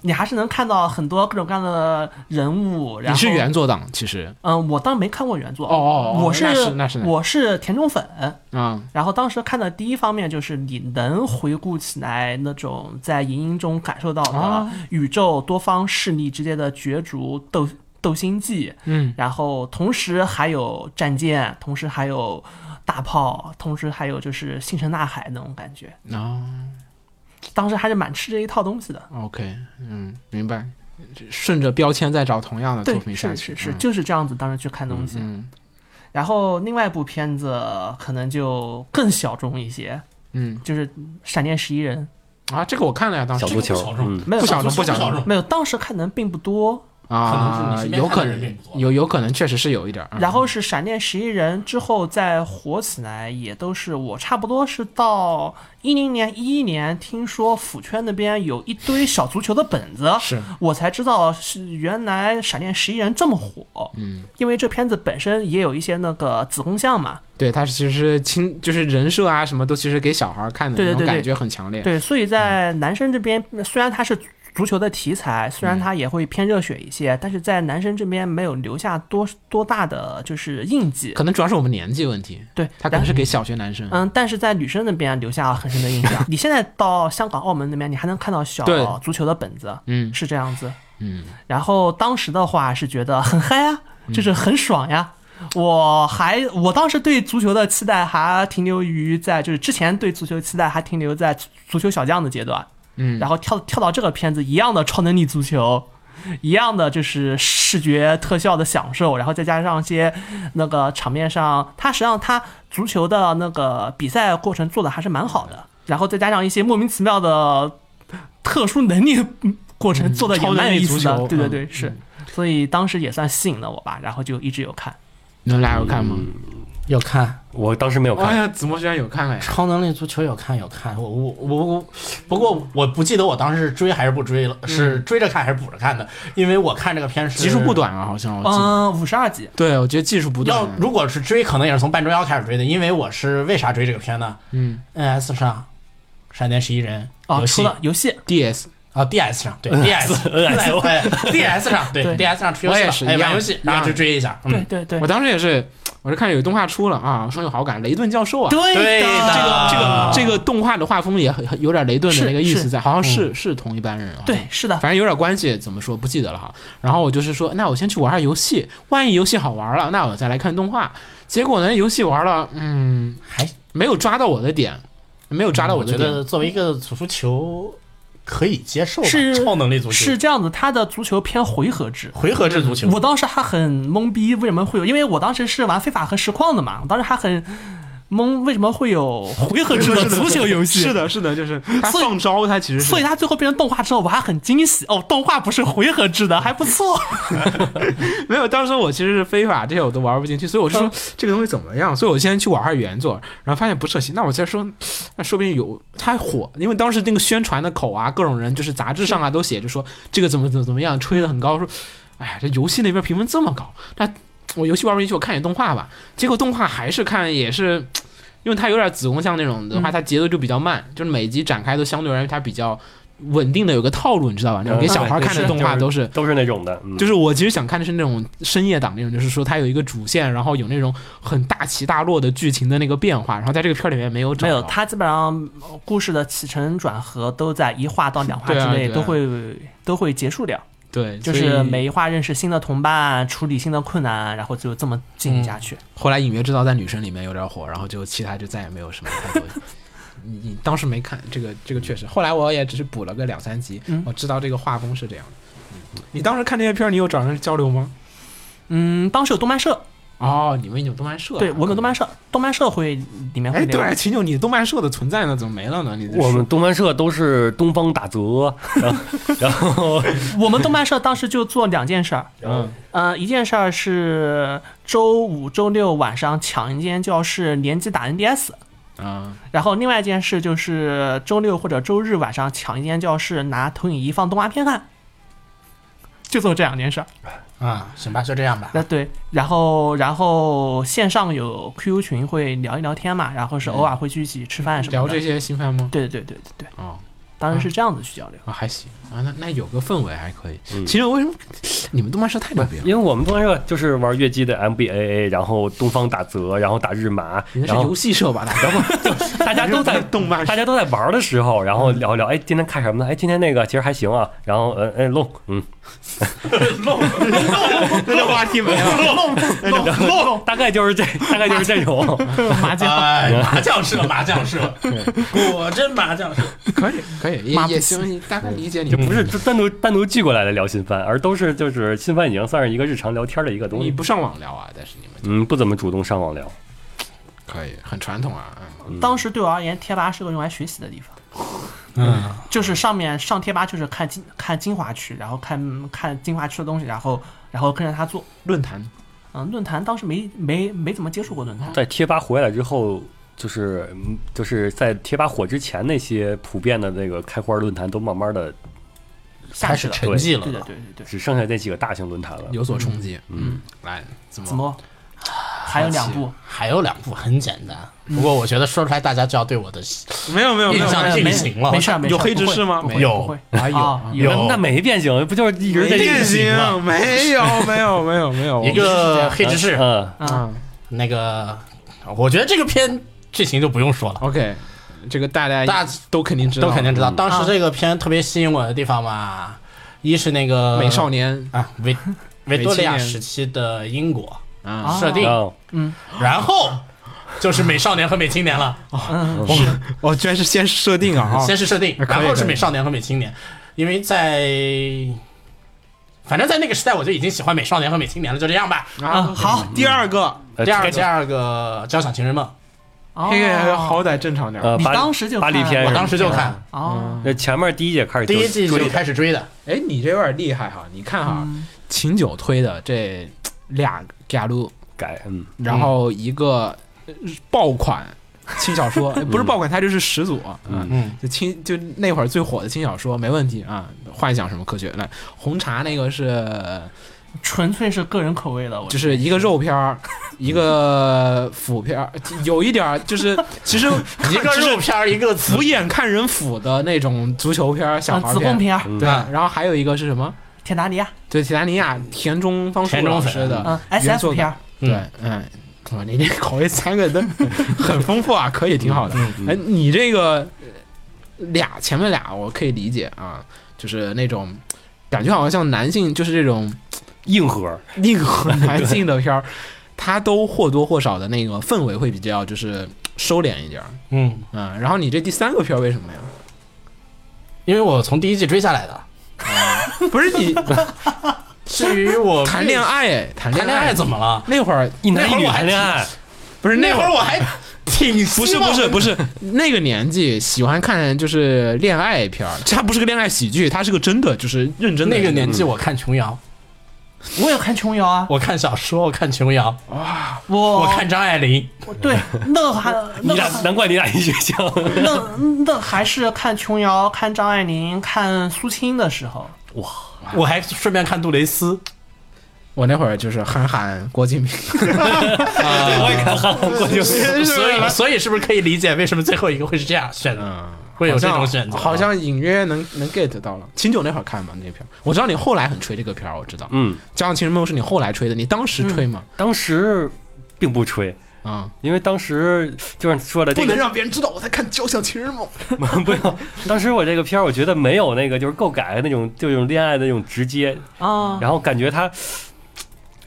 Speaker 4: 你还是能看到很多各种各样的人物。然
Speaker 3: 你
Speaker 4: 后
Speaker 3: 是原作党其实
Speaker 4: 嗯，我当时没看过原作，
Speaker 3: 哦哦哦
Speaker 4: 我
Speaker 3: 那是那是那是
Speaker 4: 我是田中粉，
Speaker 3: 啊，
Speaker 4: 然后当时看的第一方面就是你能回顾起来那种在银鹰中感受到的
Speaker 3: 啊
Speaker 4: 宇宙多方势力之间的角逐斗斗心计，
Speaker 3: 嗯，
Speaker 4: 然后同时还有战舰，同时还有大炮，同时还有就是星辰大海那种感觉。
Speaker 3: 啊
Speaker 4: 当时还是蛮吃这一套东西的。
Speaker 3: 哦，OK，嗯，明白。顺着标签再找同样的
Speaker 4: 对
Speaker 3: 作，品下
Speaker 4: 是
Speaker 3: 去，
Speaker 4: 是是，
Speaker 3: 嗯
Speaker 4: 就是这样子。当时去看东西，
Speaker 3: 嗯
Speaker 4: 然后另外一部片子可能就更小众一些，
Speaker 3: 嗯
Speaker 4: 就是《闪电十一人
Speaker 3: 啊，这个我看了呀，当时
Speaker 2: 小足球
Speaker 5: 这个不小，众
Speaker 2: 嗯》，，
Speaker 4: 没有
Speaker 3: 不小众
Speaker 5: 不
Speaker 3: 小众
Speaker 5: 众，
Speaker 4: 没有，当时看的人并不多。
Speaker 5: 可能
Speaker 3: 啊，
Speaker 5: 是你身边
Speaker 3: 有可
Speaker 5: 看的人并
Speaker 3: 能
Speaker 5: 不多
Speaker 3: 有有可能确实是有一点儿，嗯
Speaker 4: 然后是闪电十一人之后再火起来，也都是我差不多是到一零年、一一年，听说腐圈那边有一堆小足球的本子，
Speaker 3: 是
Speaker 4: 我才知道是原来闪电十一人这么火。嗯，因为这片子本身也有一些那个子宫像嘛，
Speaker 3: 对，它其实是亲，就是人设啊什么都其实给小孩儿看的
Speaker 4: 对
Speaker 3: 那
Speaker 4: 对
Speaker 3: 种
Speaker 4: 对对
Speaker 3: 感觉很强烈，
Speaker 4: 对，所以在男生这边，
Speaker 3: 嗯
Speaker 4: 虽然它是足球的题材，虽然它也会偏热血一些，但是在男生这边没有留下多多大的就是印记。
Speaker 3: 可能主要是我们年纪问题，
Speaker 4: 对，
Speaker 3: 它可
Speaker 4: 然
Speaker 3: 能是给小学男生，
Speaker 4: 嗯，但是在女生那边留下很深的印象。 你现在到香港、澳门那边，你还能看到小
Speaker 3: 对
Speaker 4: 足球的本子，
Speaker 3: 嗯
Speaker 4: 是这样子。
Speaker 3: 嗯，
Speaker 4: 然后当时的话是觉得很嗨啊，就是很爽呀。我还我当时对足球的期待还停留于在就是之前对足球期待还停留在足足球小将的阶段，
Speaker 3: 嗯
Speaker 4: 然后跳跳到这个片子一样的超能力足球。一样的就是视觉特效的享受，然后再加上一些那个场面上，它实际上它足球的那个比赛过程做的还是蛮好的，然后再加上一些莫名其妙的特殊能力过程做的也
Speaker 3: 超能
Speaker 4: 蛮有
Speaker 3: 力
Speaker 4: 意
Speaker 3: 足
Speaker 4: 思的，
Speaker 3: 球
Speaker 4: 对对
Speaker 3: 嗯
Speaker 4: 对，是。所以当时也算吸引了我吧，然后就一直有看。
Speaker 3: 你们俩有看吗？
Speaker 5: 有看，
Speaker 2: 我当时嗯没有
Speaker 3: 哎
Speaker 2: 看，
Speaker 3: 呀，子墨居然有看了呀！
Speaker 5: 超能力足球有看有看，我我我我，不过我不记得我当时是追还是不追了，是追着看还是补着看的，因为我看这个片是
Speaker 3: 集数不。嗯短啊，好像我记得。
Speaker 4: 嗯，五十二集，
Speaker 3: 对，我觉得技术不
Speaker 5: 要
Speaker 3: 短。
Speaker 5: 如果是追，可能也是从半中央开始追的，因为我是为啥追这个片呢
Speaker 3: 嗯
Speaker 5: ？NS 上，闪电十一人
Speaker 4: 哦，
Speaker 5: 游
Speaker 4: 除
Speaker 5: 戏
Speaker 4: 了游 戏，
Speaker 3: ，DS
Speaker 5: 啊，DS 上对 DS，DS 对 DS 哎上对
Speaker 4: 对
Speaker 5: DS 上出游
Speaker 3: 我
Speaker 5: 戏
Speaker 3: 也
Speaker 5: 了
Speaker 3: 是
Speaker 5: 哎
Speaker 3: 一样
Speaker 5: 玩游戏，然后就追一下，嗯
Speaker 4: 对对对
Speaker 3: 我，当时也是，我是看有动画出了啊，说有好感，雷顿教授啊，
Speaker 5: 对的，
Speaker 4: 的，
Speaker 5: 这个
Speaker 3: 这个动画的画风也很很有点雷顿的那个意思
Speaker 4: 啊是
Speaker 3: 在，好像是是同一班人啊。
Speaker 4: 对，是的，
Speaker 3: 反正有点关系，怎么说不记得了哈。然后我就是说，那我先去玩下游戏，万一游戏好玩了，那我再来看动画。结果呢，游戏玩了，嗯，
Speaker 5: 还
Speaker 3: 没有抓到我的点，没有抓到
Speaker 5: 我
Speaker 3: 的
Speaker 5: 觉
Speaker 3: 点。
Speaker 5: 得
Speaker 6: 嗯
Speaker 5: 作为一个足球可以接受吧，
Speaker 4: 是
Speaker 5: 超能力足球
Speaker 4: 是这样子，它的足球偏回合制。
Speaker 5: 回合制足球，
Speaker 4: 我当时还很懵逼，为什么会有？因为我当时是玩非法和实况的嘛，我当时还很懵，为什么会有回合制的足球 游戏？
Speaker 6: 是的，是的，就是他
Speaker 4: 所以
Speaker 6: 放招，他其实是
Speaker 4: 所以它最后变成动画之后，我还很惊喜哦，动画不是回合制的，还不错。
Speaker 3: 没有，当时我其实是非法这些我都玩不进去，所以我就
Speaker 2: 嗯
Speaker 3: 说、这个东西怎么样？所以我先去玩下原作，然后发现不涉行。那我再说，那说不定有它火，因为当时那个宣传的口啊，各种人就是杂志上啊
Speaker 2: 嗯
Speaker 3: 都写着说这个怎么怎么怎么样，吹得很高，说哎呀这游戏那边评分这么高，那我游戏玩不进去，我看点动画吧。结果动画还是看也是。因为它有点子宫像那种
Speaker 2: 嗯
Speaker 3: 的话，它节奏就比较慢，就是每集展开都相对而言它比较稳定的有个套路，你知道吧？那种给
Speaker 2: 嗯
Speaker 3: 小孩看的
Speaker 2: 是
Speaker 3: 动画
Speaker 2: 就是
Speaker 3: 都是
Speaker 2: 都是那种的，嗯
Speaker 3: 就是我其实想看的是那种深夜档那种，就是说它有一个主线，然后有那种很大起大落的剧情的那个变化，然后在这个片儿里面没有找
Speaker 4: 没有，
Speaker 3: 到
Speaker 4: 它基本上呃故事的起承转合都在一话到两话
Speaker 3: 对
Speaker 4: 之
Speaker 3: 啊
Speaker 4: 内
Speaker 3: 对啊
Speaker 4: 都会、都会结束掉，
Speaker 3: 对，
Speaker 4: 就
Speaker 3: 所
Speaker 4: 是
Speaker 3: 以
Speaker 4: 每一话认识新的同伴，处理新的困难，然后就这么进行下去。
Speaker 3: 后来隐约知道在女生里面有点火，然后就其他就再也没有什么太多。 你你当时没看这个这个确实，后来我也只是补了个两三集，
Speaker 4: 嗯
Speaker 3: 我知道这个画风是这样的。嗯你当时看这些片儿，你有找人交流吗？
Speaker 4: 嗯，当时有动漫社，
Speaker 3: 哦，你们有动漫社啊、
Speaker 4: 对我们有动漫社，动漫社会里面
Speaker 3: 哎，
Speaker 4: 会
Speaker 3: 对，
Speaker 4: 聊。
Speaker 3: 秦九，你动漫社的存在呢，怎么没了呢？你这
Speaker 2: 我
Speaker 3: 说
Speaker 2: 们动漫社都是东方打折，然后然后
Speaker 4: 我们动漫社当时就做两件事儿，
Speaker 3: 嗯，
Speaker 4: 呃，一件事儿是周五、周六晚上抢一间教室联机打 NDS，
Speaker 3: 啊，
Speaker 4: 然后另外一件事就是周六或者周日晚上抢一间教室拿投影仪放动画片看，就做这两件事儿。
Speaker 5: 啊，行吧，就这样吧。
Speaker 4: 那对，然后然后线上有 QQ 群会聊一聊天嘛，然后是偶尔会去一起吃饭什么
Speaker 3: 嗯
Speaker 4: 的。
Speaker 3: 聊这些新番吗？
Speaker 4: 对对对对对，
Speaker 3: 哦，
Speaker 4: 当然是这样子去交流。
Speaker 3: 啊，还行啊，那那有个氛围还可以。
Speaker 2: 嗯
Speaker 3: 其实为什么你们动漫社太牛逼了？
Speaker 2: 因为我们动漫社就是玩越姬的 MBAA，然后东方打折，然后打日麻，
Speaker 3: 你那
Speaker 2: 然
Speaker 3: 是
Speaker 2: 后
Speaker 3: 游戏社吧？大
Speaker 2: 然后就大家 都在
Speaker 6: 动漫
Speaker 2: 大家都在玩的时候，然后聊一聊，哎，今天看什么呢？哎，今天那个其实还行啊。然后，呃，哎，弄，嗯，
Speaker 6: 那个话题没了。
Speaker 2: 大概就是这， 大概就是这 种。
Speaker 3: 嗯
Speaker 4: 麻将、
Speaker 5: 哎，麻将社，麻将社，果真麻将社。
Speaker 3: 可以可 以，也
Speaker 4: 妈
Speaker 3: 也
Speaker 4: 不
Speaker 3: 行，你大概理解你
Speaker 2: 就不是就单独单独聚过来的聊新番，而都是就是新番已经算是一个日常聊天的一个东
Speaker 3: 你
Speaker 2: 西。
Speaker 3: 不上网聊啊，但是你们
Speaker 2: 嗯，不怎么主动上网聊。
Speaker 3: 可以很传统啊。嗯
Speaker 4: 当时对我而言，贴吧是个用来学习的地方。嗯，就是上面上贴吧就是看精看精华区，然后看看精华区的东西，然后然后跟着他做。
Speaker 3: 论坛
Speaker 4: 嗯，论坛当时没没没怎么接触过论坛，
Speaker 2: 在贴吧回来之后，就是嗯就是在贴吧火之前，那些普遍的那个开花论坛都慢慢的
Speaker 4: 下去了，
Speaker 5: 沉寂了
Speaker 4: 对的，对对对。
Speaker 2: 只剩下那几个大型论坛了。
Speaker 3: 有所冲击，
Speaker 2: 嗯，
Speaker 3: 来怎么
Speaker 4: 子墨，还有两部，
Speaker 5: 还有两部很简单，不过我觉得说出来大家就要对我的
Speaker 6: 没有没有没
Speaker 5: 印
Speaker 6: 有，
Speaker 5: 象定型了
Speaker 4: 没。事儿没事儿，
Speaker 6: 有黑执事吗
Speaker 4: 不会
Speaker 5: 有
Speaker 4: 不会
Speaker 3: 还有
Speaker 4: 啊
Speaker 3: 啊
Speaker 4: 有
Speaker 5: 有
Speaker 2: 那没变形，不就是一直在
Speaker 6: 变形
Speaker 5: 啊
Speaker 6: 没有没有没有没有，
Speaker 5: 一个黑执事，
Speaker 2: 嗯，
Speaker 4: 啊，
Speaker 3: 啊
Speaker 5: 那个我觉得这个片剧情就不用说了，
Speaker 3: ？OK，这个大家
Speaker 5: 大
Speaker 3: 都肯定知道，
Speaker 5: 都肯定知道。
Speaker 2: 嗯
Speaker 5: 当时这个片特别吸引我的地方嘛，一是那个
Speaker 3: 美少年
Speaker 5: 啊维维多利亚
Speaker 3: 美青年
Speaker 5: 时期的英国
Speaker 3: 啊
Speaker 4: 啊
Speaker 5: 设定，
Speaker 2: 嗯
Speaker 5: 然后就是美少年和美青年了。
Speaker 4: 嗯，
Speaker 6: 哦，居然是先设定啊！
Speaker 5: 先是设定，
Speaker 3: 啊可以
Speaker 5: 然后是
Speaker 3: 可以
Speaker 5: 美少年和美青年，因为在反正在那个时代我就已经喜欢美少年和美青年了，就这样吧。
Speaker 3: 啊！
Speaker 4: 好，
Speaker 6: 第二个
Speaker 2: 呃
Speaker 5: 第二
Speaker 2: 这
Speaker 5: 第二个《交响情人梦》
Speaker 4: 哦
Speaker 3: 黑夜好歹正常点儿。
Speaker 2: 呃，
Speaker 4: 你
Speaker 2: 巴
Speaker 4: 当时就
Speaker 2: 巴黎
Speaker 4: 看
Speaker 2: 片，
Speaker 5: 我当时就看，
Speaker 4: 哦，
Speaker 2: 那前面第一节开始
Speaker 5: 第一季
Speaker 2: 追
Speaker 5: 就开始追的，
Speaker 3: 哎，你这有点厉害哈！你看哈，
Speaker 4: 嗯
Speaker 3: 秦九推的这俩假如，
Speaker 2: 改，嗯，
Speaker 3: 然后一个呃爆款轻小说，不是爆款，它就是始祖啊。
Speaker 2: 嗯
Speaker 5: 嗯，
Speaker 3: 就轻就那会儿最火的轻小说，没问题啊。幻想什么科学来，红茶那个是
Speaker 4: 纯粹是个人口味的，我嗯
Speaker 3: 就
Speaker 4: 觉
Speaker 3: 是一个肉片儿，一个腐片儿，有一点儿就是其实
Speaker 5: 一 个肉片儿一个词
Speaker 3: 俯眼看人腐的那种足球片儿、
Speaker 4: 得
Speaker 3: 小
Speaker 4: 啊
Speaker 3: 孩儿
Speaker 4: 子
Speaker 3: 片
Speaker 4: 贡
Speaker 3: 儿。
Speaker 4: 片儿，
Speaker 2: 嗯
Speaker 3: 对，然后还有一个是什么？
Speaker 4: 铁达尼亚，
Speaker 3: 对，铁达尼亚田中芳树
Speaker 5: 田中
Speaker 3: 老
Speaker 5: 粉
Speaker 3: 师的
Speaker 4: 嗯
Speaker 3: 原作的
Speaker 4: ，SF 片儿，
Speaker 3: 对，嗯，哇，你这口味三个都很丰富啊，可以挺
Speaker 5: 嗯
Speaker 3: 好的。哎，你这个呃俩前面俩我可以理解啊，就是那种感觉好像像男性就是这种
Speaker 2: 硬核，
Speaker 3: 硬核男性的片 儿，他都或多或少的那个氛围会比较就是收敛一点儿。
Speaker 5: 嗯，
Speaker 3: 嗯，然后你这第三个片儿为什么呀？
Speaker 5: 因为我从第一季追下来的。
Speaker 3: 不是你
Speaker 5: 至于我
Speaker 3: 谈恋爱哎，谈
Speaker 5: 谈
Speaker 3: 恋
Speaker 5: 恋爱
Speaker 3: 爱
Speaker 5: 怎么了？
Speaker 3: 那会儿
Speaker 2: 一男一
Speaker 5: 那会
Speaker 2: 女
Speaker 5: 儿我还
Speaker 2: 谈恋爱，
Speaker 3: 不是
Speaker 5: 那
Speaker 3: 那
Speaker 5: 会
Speaker 3: 会
Speaker 5: 儿
Speaker 3: 儿
Speaker 5: 我还挺
Speaker 6: 不
Speaker 5: 希
Speaker 6: 是
Speaker 5: 望
Speaker 6: 不是不是，
Speaker 3: 那个年纪喜欢看就是恋爱片儿，它不是个恋爱喜剧，它是个真的就是认真的嗯
Speaker 5: 那个年纪我看琼瑶，
Speaker 4: 我也看琼瑶啊，
Speaker 5: 我看小说，我看琼瑶，
Speaker 4: 我
Speaker 5: 我看张爱玲，
Speaker 4: 对，那还
Speaker 2: 你
Speaker 4: 那
Speaker 2: 俩难怪你俩一学校，
Speaker 4: 那那还是看琼瑶、看张爱玲、看苏青的时候，
Speaker 5: 我还顺便看杜蕾斯。
Speaker 3: 我那会儿就是憨憨郭 敬明，
Speaker 2: 我也看韩 国就
Speaker 5: 所以，所以是不是可以理解为什么最后一个会是这样选的？
Speaker 3: 嗯，
Speaker 5: 会有这种选择？
Speaker 3: 好像隐约能能 get 到了。秦九那会儿看吧那片儿，我知道你后来很吹这个片儿，我知道。
Speaker 2: 嗯，
Speaker 3: 《家有情人梦》是你后来吹的，你当时吹吗？
Speaker 2: 当时并不吹，
Speaker 3: 啊，
Speaker 2: 因为当时就是说的这个
Speaker 3: 让别人知道我在看《交响情人梦》。
Speaker 2: 不用，当时我这个片儿我觉得没有那个就是够改的那种就这种恋爱的那种直接，
Speaker 3: 哦
Speaker 4: 啊，
Speaker 2: 然后感觉它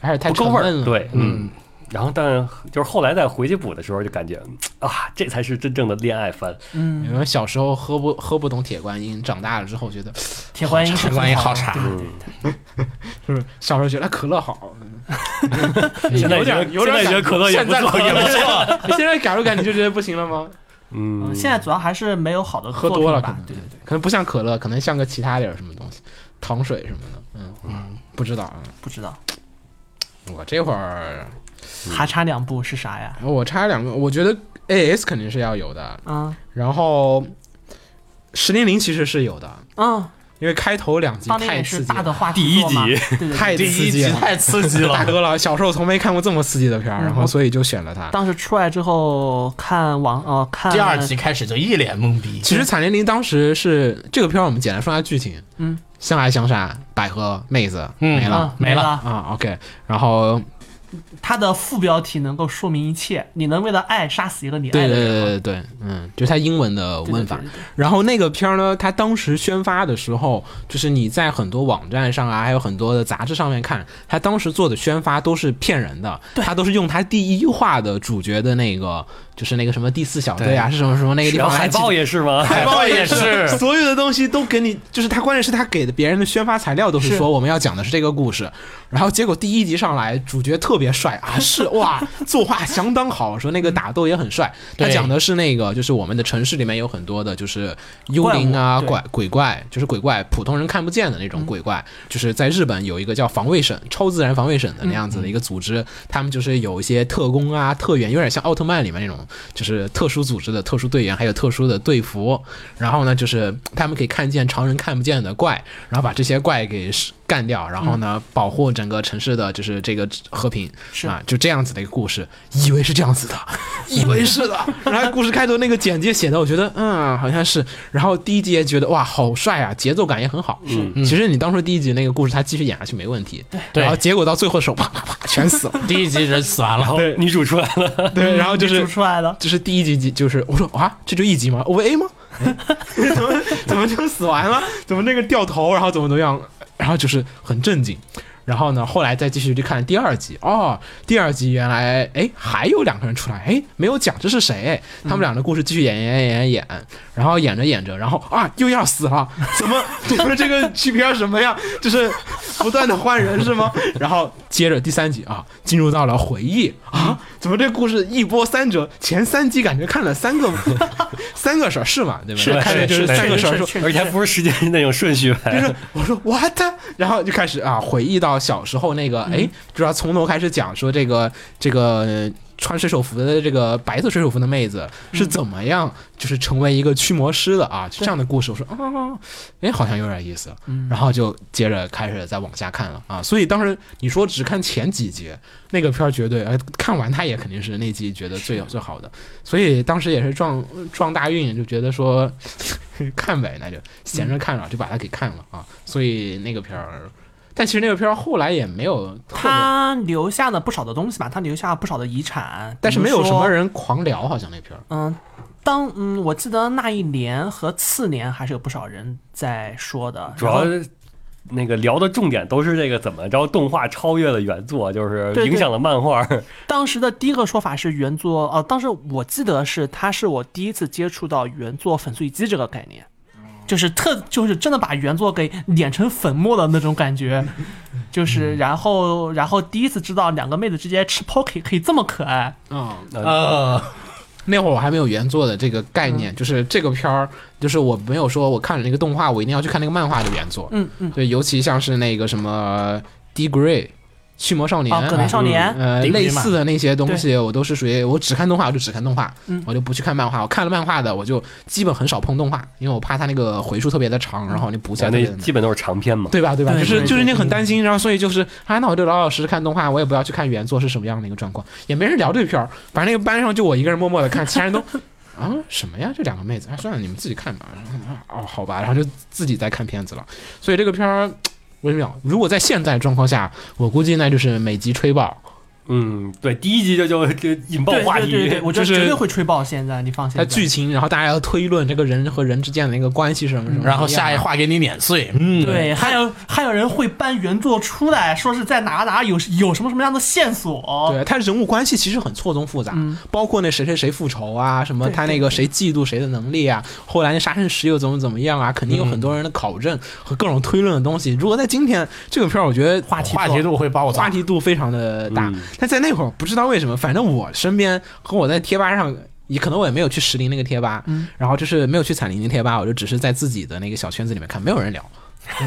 Speaker 3: 还是太
Speaker 2: 不够
Speaker 3: 沉
Speaker 2: 味
Speaker 3: 闷
Speaker 2: 儿，
Speaker 3: 了。，
Speaker 2: 对，嗯。然后，但就是后来再回去补的时候，就感觉啊，这才是真正的恋爱番。
Speaker 4: 嗯，
Speaker 3: 因为小时候喝不喝不懂铁观音，长大了之后觉得
Speaker 4: 铁观音是
Speaker 5: 陈冠英
Speaker 4: 很
Speaker 5: 好
Speaker 4: 的
Speaker 5: 傻，
Speaker 3: 是不是小时候觉得可乐好，
Speaker 2: 现在觉得
Speaker 3: 有
Speaker 2: 现
Speaker 3: 点
Speaker 2: 在觉得可乐也
Speaker 5: 现
Speaker 2: 不
Speaker 5: 在
Speaker 2: 错
Speaker 5: 可，以了。
Speaker 3: 你 现在改了改你就觉得不行了吗？
Speaker 2: 嗯
Speaker 4: 嗯，现在主要还是没有好的
Speaker 3: 喝
Speaker 4: 作
Speaker 3: 多
Speaker 4: 品
Speaker 3: 了可
Speaker 4: 吧
Speaker 3: 能，
Speaker 4: 对对对，
Speaker 3: 可能不像可乐，可能像个其他点儿什么东西，糖水什么的。嗯嗯，不知道啊。
Speaker 4: 不知道
Speaker 3: 我这会儿
Speaker 4: 还差两部是啥呀？
Speaker 3: 我插两个，我觉得 A S 肯定是要有的，
Speaker 4: 啊
Speaker 3: 然后十零零其实是有的，
Speaker 4: 嗯，
Speaker 3: 因为开头两集
Speaker 4: 当年
Speaker 3: 太
Speaker 4: 也
Speaker 3: 刺
Speaker 4: 是
Speaker 3: 激
Speaker 4: 大
Speaker 3: 了，
Speaker 4: 的话
Speaker 2: 第一
Speaker 4: 题作嘛，
Speaker 2: 集
Speaker 4: 对对对，
Speaker 3: 太
Speaker 5: 第
Speaker 3: 刺
Speaker 5: 一
Speaker 3: 激
Speaker 5: 集
Speaker 3: 了。
Speaker 5: 太刺激
Speaker 3: 大
Speaker 5: 了，
Speaker 3: 哥了，小时候从没看过这么刺激的片儿，
Speaker 4: 嗯
Speaker 3: 然后所以就选了它。
Speaker 4: 当时出来之后看网呃 看
Speaker 5: 第二集开始就一脸懵逼。
Speaker 3: 其实《惨烈林》当时是这个片儿，我们简单说下剧情。
Speaker 4: 嗯，
Speaker 3: 相爱相杀，百合妹子
Speaker 5: 嗯
Speaker 3: 没了
Speaker 4: 啊没了，
Speaker 3: 啊。OK，然后
Speaker 4: 它的副标题能够说明一切，你能为了爱杀死一个你爱
Speaker 3: 对
Speaker 4: 的
Speaker 3: 对
Speaker 4: 人
Speaker 3: 对
Speaker 4: 吗，
Speaker 3: 对对，嗯，就是它英文的
Speaker 4: 对
Speaker 3: 问法
Speaker 4: 对。对对
Speaker 3: 然后那个片儿呢，它当时宣发的时候，就是你在很多网站上啊，还有很多的杂志上面看，它当时做的宣发都是骗人的，它都是用它第一话的主角的那个，就是那个什么第四小队啊，是什么什么那个地
Speaker 2: 然
Speaker 3: 方
Speaker 2: 后海报也是吗？
Speaker 5: 海报也是，
Speaker 3: 所有的东西都给你，就是他关键是他给的别人的宣发材料都是说我们要讲的是这个故事，然后结果第一集上来主角特别帅 啊，是哇，作画相当好，说那个打斗也很帅。他
Speaker 5: 对
Speaker 3: 讲的是那个就是我们的城市里面有很多的就是幽灵啊、
Speaker 4: 怪
Speaker 3: 怪
Speaker 4: 嗯
Speaker 3: 鬼怪，就是鬼怪，普通人看不见的那种鬼怪，就是在日本有一个叫防卫省、超自然防卫省的那样子的一个组
Speaker 4: 嗯
Speaker 3: 织，他们就是有一些特工啊、特员，有点像奥特曼里面那种，就是特殊组织的特殊队员，还有特殊的队服。然后呢，就是他们可以看见常人看不见的怪，然后把这些怪给干掉，然后呢，保护整个城市的就是这个和平，
Speaker 4: 嗯是
Speaker 3: 啊，就这样子的一个故事，以为是这样子的，以为是的。 然后故事开头那个简介写的，我觉得嗯，好像是。然后第一集也觉得哇，好帅啊，节奏感也很好。嗯，其实你当初第一集那个故事，它继续演下去没问题。
Speaker 5: 对
Speaker 3: 然后结果到最后手啪啪啪全死了。
Speaker 5: 第一集人死完
Speaker 2: 然
Speaker 5: 了，
Speaker 2: 后女主出来了，
Speaker 3: 对， 然后就
Speaker 4: 煮
Speaker 3: 是
Speaker 4: 出来了，
Speaker 3: 就是第一集集就是我说啊，这就一集吗？OVA 吗？哎 怎么怎么就死完了？怎么那个掉头，然后怎么怎么样？然后就是很震惊。然后呢，后来再继续去看第二集哦，第二集原来哎还有两个人出来哎没有讲这是谁，他们俩的故事继续演演演演演，然后 演着演着，然后啊又要死了，怎么怎么这个 G P 什么样？就是
Speaker 6: 不断的换人是吗？
Speaker 3: 然后接着第三集啊，进入到了回忆啊，怎么这故事一波三折？前三集感觉看了三个 三个事儿是吗？对吧？
Speaker 2: 是
Speaker 3: 看着就是
Speaker 2: 是
Speaker 3: 三个事儿，
Speaker 4: 是
Speaker 3: 说
Speaker 4: 确
Speaker 2: 而且
Speaker 4: 实
Speaker 2: 还不是时间那种顺
Speaker 3: 就
Speaker 2: 序呗。
Speaker 3: 是我说 what，然后就开始啊回忆到小时候那个，哎，就要从头开始讲说这个这个呃穿水手服的这个白色水手服的妹子是怎么样，就是成为一个驱魔师的啊，就这样的故事。我说啊，哎，好像有点意思，然后就接着开始再往下看了啊。所以当时你说只看前几集，那个片儿绝对，呃，看完它也肯定是那集觉得最最好的。所以当时也是撞撞大运，就觉得说 看呗，那就闲着看了，就把它给看了啊。所以那个片儿，但其实那个片儿后来也没有特别，
Speaker 4: 他留下了不少的东西吧，他留下了不少的遗产，
Speaker 3: 但是没有
Speaker 4: 比如
Speaker 3: 什
Speaker 4: 说
Speaker 3: 么人狂聊，好像那片儿。
Speaker 4: 嗯，当嗯，我记得那一年和次年还是有不少人在说的，
Speaker 2: 主
Speaker 4: 然后
Speaker 2: 要是那个聊的重点都是这个怎么着动画超越了原作，就是
Speaker 4: 对对
Speaker 2: 影响了漫画。
Speaker 4: 当时的第一个说法是原作，呃，当时我记得是它是我第一次接触到原作粉碎机这个概念，
Speaker 3: 哦
Speaker 4: 就是特就是真的把原作给碾成粉末的那种 感觉，就是
Speaker 3: 嗯
Speaker 4: 然后然后第一次知道两个妹子之间吃 poke 可以这么可爱，
Speaker 3: 啊、
Speaker 2: 嗯
Speaker 5: 呃，
Speaker 3: 那会儿我还没有原作的这个概
Speaker 4: 嗯
Speaker 3: 念，就是这个片儿，就是我没有说我看了那个动画，我一定要去看那个漫画的原作。
Speaker 4: 嗯嗯，
Speaker 3: 对，尤其像是那个什么 Degree。驱魔少年
Speaker 4: 啊，，葛雷少年，
Speaker 3: 呃，
Speaker 5: 顶级
Speaker 3: 类
Speaker 5: 嘛
Speaker 3: 似的那些东西，我都是属于我只看动画，我就只看动画，
Speaker 4: 嗯
Speaker 3: 我就不去看漫画。我看了漫画的，我就基本很少碰动画，因为我怕它那个回数特别的长，然后你补起来特
Speaker 2: 那
Speaker 3: 别的难
Speaker 2: 基本都是长篇嘛。
Speaker 3: 对吧？对吧？
Speaker 4: 对
Speaker 3: 就是
Speaker 4: 对
Speaker 3: 就是你很担心，然后所以就是，啊，那我就老老实实看动画，我也不要去看原作是什么样的一个状况，也没人聊这片儿。反正那个班上就我一个人默默的看，其他人都啊什么呀？这两个妹子，啊，算了，你们自己看吧。然后哦，好吧，然后就自己在看片子了。所以这个片儿微妙，如果在现在状况下，我估计那就是每集吹爆。
Speaker 2: 嗯，对，第一集就就就引爆
Speaker 4: 对
Speaker 2: 话
Speaker 4: 对对对，
Speaker 2: 题。
Speaker 4: 我觉
Speaker 3: 就
Speaker 4: 得
Speaker 3: 是
Speaker 4: 绝对会吹爆，现在你放心
Speaker 3: 它
Speaker 4: 吧，
Speaker 3: 剧情，然后大家要推论这个人和人之间的那个关系是什么什
Speaker 4: 嗯
Speaker 3: 么。
Speaker 5: 然后下一
Speaker 3: 话。
Speaker 5: 话给你碾碎，嗯，
Speaker 4: 对，还有还有人会搬原作出来，说是在哪哪有有什么什么样的线索，
Speaker 3: 对他人物关系其实很错综复杂，
Speaker 4: 嗯
Speaker 3: 包括那谁谁谁复仇啊，什么
Speaker 4: 对
Speaker 3: 他那个谁嫉妒谁的能力啊，后来那杀生石又怎么怎么样啊，肯定有很多人的考证和各种推论的东西。如果在今天这个片儿，我觉得
Speaker 4: 话题
Speaker 5: 话题度会爆炸
Speaker 3: 话。题度非常的大
Speaker 2: 嗯，
Speaker 3: 但在那会儿不知道为什么，反正我身边和我在贴吧上。也可能我也没有去石林那个贴吧，然后就是没有去彩铃那个贴吧，我就只是在自己的那个小圈子里面看，没有人聊。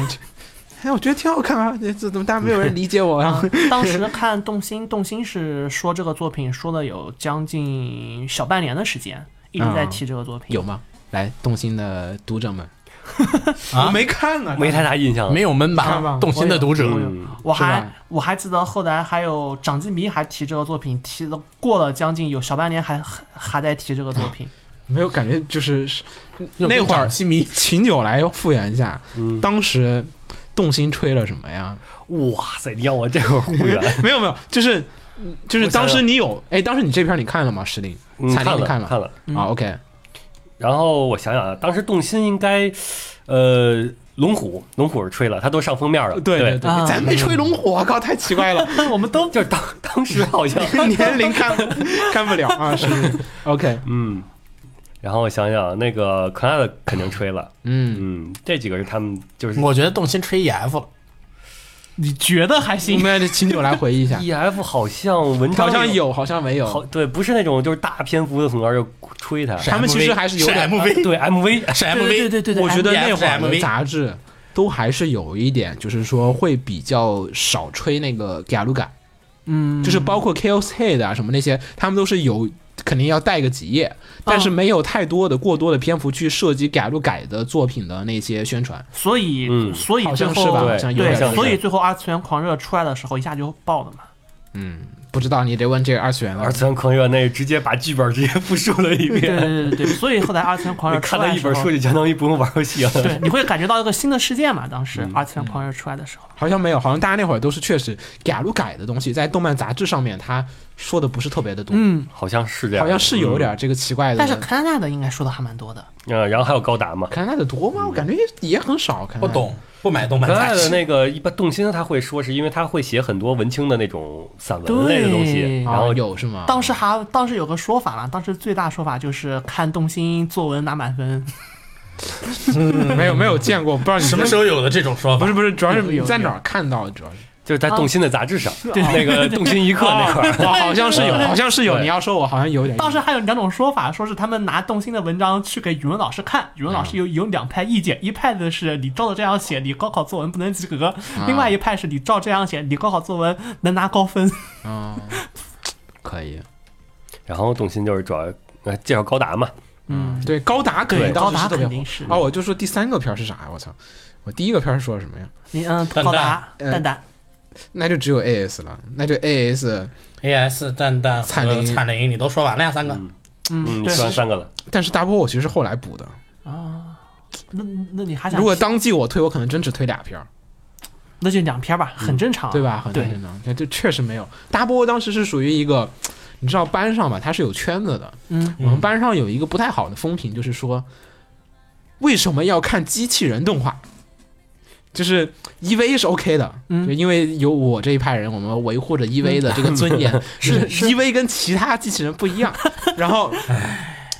Speaker 3: 哎，我觉得挺好看啊，这这怎么大家没有人理解我啊？
Speaker 4: 当时看动心，动心是说这个作品说了有将近小半年的时间，一直在提这个作 品。
Speaker 3: 有吗？来，动心的读者们，
Speaker 6: 我没看呢，
Speaker 2: 没太大印象了，
Speaker 5: 没有闷
Speaker 3: 看吧
Speaker 5: 吧？动心的读者，
Speaker 2: 嗯，
Speaker 4: 我
Speaker 3: 是
Speaker 4: 还
Speaker 3: 吧
Speaker 4: 我还记得后来还有掌机迷还提这个作品，提了过了将近有小半年还，还还在提这个作品。
Speaker 3: 没有感觉，就是
Speaker 5: 又
Speaker 3: 那会儿
Speaker 5: 掌心迷
Speaker 3: 秦九来复原一下，
Speaker 2: 嗯
Speaker 3: 当时动心吹了什么呀？
Speaker 2: 哇塞，你让我这会儿忽远，
Speaker 3: 没有没有，就是就是当时你有哎，当时你这片儿你看了吗？石林
Speaker 2: 嗯，
Speaker 3: 彩铃
Speaker 2: 看
Speaker 3: 你
Speaker 2: 了
Speaker 3: 看
Speaker 2: 看了。
Speaker 3: 啊，OK，
Speaker 2: 然后我想想啊，当时动心应该，呃，龙虎，龙虎是吹了，他都上封面了。
Speaker 3: 对对
Speaker 2: 对，
Speaker 3: 对
Speaker 4: 啊，
Speaker 3: 咱没吹龙虎，我靠，太奇 怪了，
Speaker 4: 我们都
Speaker 2: 就是当当时好像，
Speaker 3: 年龄看看不了啊，是 OK，
Speaker 2: 嗯。然后我想想，那个可爱的肯定吹了，
Speaker 3: 嗯，
Speaker 2: 嗯，这几个是他们就是
Speaker 5: 我觉得动心吹 EF 了，
Speaker 4: 你觉得还
Speaker 3: 我
Speaker 4: 行？
Speaker 3: 们秦九来回忆一下，
Speaker 2: E F 好像文章
Speaker 3: 好像有，好像没
Speaker 2: 好
Speaker 3: 有，
Speaker 2: 对，不是那种就是大篇幅的从那儿就吹他，啊
Speaker 3: 他们其实还是有点
Speaker 5: MV，
Speaker 2: 对 M V
Speaker 5: 是 MV，
Speaker 4: 对对对对对，
Speaker 3: 我觉得那会儿
Speaker 5: MV
Speaker 3: 的杂志都还是有一点，就是说会比较少吹那个 g a l u g a
Speaker 4: 嗯，
Speaker 3: 就是包括 Chaos Head 啊什么那些，他们都是有肯定要带个几页，但是没有太多的过多的篇幅去涉及改路改的作品的那些宣传。
Speaker 4: 所以、
Speaker 2: 嗯
Speaker 4: 所以
Speaker 3: 好
Speaker 4: 最
Speaker 3: 像
Speaker 4: 后
Speaker 3: 是吧
Speaker 2: 对
Speaker 3: 好像有
Speaker 4: 对
Speaker 3: 点像，
Speaker 4: 所以
Speaker 2: 是
Speaker 4: 最后二次元狂热出来的时候一下就爆了嘛。
Speaker 3: 不知道你得问这个二次元了
Speaker 2: 二。次元狂热那直接把剧本直接复述了一
Speaker 4: 对
Speaker 2: 遍，
Speaker 4: 对对对，所以后来二次元狂
Speaker 2: 你
Speaker 4: 热
Speaker 2: 看
Speaker 4: 出
Speaker 2: 了
Speaker 4: 来的
Speaker 2: 一
Speaker 4: 时
Speaker 2: 本
Speaker 4: 候
Speaker 2: 书，就相当于不用玩游戏了。
Speaker 4: 对，你会感觉到一个新的世界嘛。当时二次元狂热出来的时候，
Speaker 3: 好像没有，好像大家那会儿都是确实改路改的东西，在动漫杂志上面他说的不是特别的多，
Speaker 4: 嗯，
Speaker 2: 好像是这样，
Speaker 3: 好像是有点这个奇怪的。
Speaker 4: 但是 c a n 的应该说的还蛮多的。
Speaker 2: 嗯，呃然后还有高达嘛，
Speaker 3: 看他的多吗？我感觉也很少。看
Speaker 5: 不懂，不买动漫
Speaker 2: 可爱
Speaker 5: 杂
Speaker 2: 的
Speaker 5: 志。
Speaker 2: 那个一般动心他会说，是因为他会写很多文青的那种散文类的东西，
Speaker 4: 对
Speaker 2: 然后
Speaker 3: 啊有是吗？
Speaker 4: 当时还当时有个说法嘛，当时最大说法就是看动心作文拿满分。
Speaker 3: 嗯没有没有见过，不知道你
Speaker 5: 什么时
Speaker 3: 候。
Speaker 5: 候有的这种说法
Speaker 3: 不？是不是，主要是你在哪儿看到的？主要是
Speaker 2: 就是在动心的杂志上，那个动心一刻那块儿，
Speaker 3: 我好像 是有，好像是有。
Speaker 2: 对
Speaker 3: 你要说我好像有点印象，
Speaker 4: 当时还有两种说法，说是他们拿动心的文章去给语文老师看，语文老师有有两派意见，一派的是你照着这样写，你高考作文不能及格；另外一派是你照这样写，你高考作文能拿高分。
Speaker 3: 嗯，可以。
Speaker 2: 然后动心就是主要呃介绍高达嘛，
Speaker 4: 嗯，
Speaker 3: 对，高达可以，当
Speaker 4: 高
Speaker 3: 时
Speaker 4: 达
Speaker 3: 是特别
Speaker 4: 肯
Speaker 3: 火
Speaker 4: 定是
Speaker 3: 啊！我就说第三个片儿是啥呀？我操！我第一个片儿说的什么呀？
Speaker 4: 你嗯，
Speaker 5: 蛋蛋
Speaker 4: 高达
Speaker 3: 呃
Speaker 4: 蛋蛋，
Speaker 3: 那就只有 AS 了，那就 AS。
Speaker 5: A S 蛋蛋
Speaker 3: 惨灵
Speaker 5: 和惨灵，你都说完了呀，三个。
Speaker 2: 嗯，
Speaker 4: 嗯，
Speaker 2: 你
Speaker 4: 对
Speaker 2: 说，完三个了，
Speaker 3: 但是大波我其实是后来补的，
Speaker 4: 啊那那你还想
Speaker 3: 如果当季我推，我可能真只推俩片儿，
Speaker 4: 那就两篇吧，很正常，啊
Speaker 3: 对吧？很
Speaker 4: 对
Speaker 3: 正，常，这这确实没有。大波当时是属于一个，你知道班上吧，他是有圈子的。
Speaker 4: 嗯，
Speaker 3: 我们班上有一个不太好的风评，就是说，为什么要看机器人动画？就是 EV 是 OK 的，
Speaker 4: 嗯
Speaker 3: 就因为有我这一派人，我们维护着 EV 的这个尊严，
Speaker 4: 嗯
Speaker 3: 是 EV 跟其他机器人不一样。然后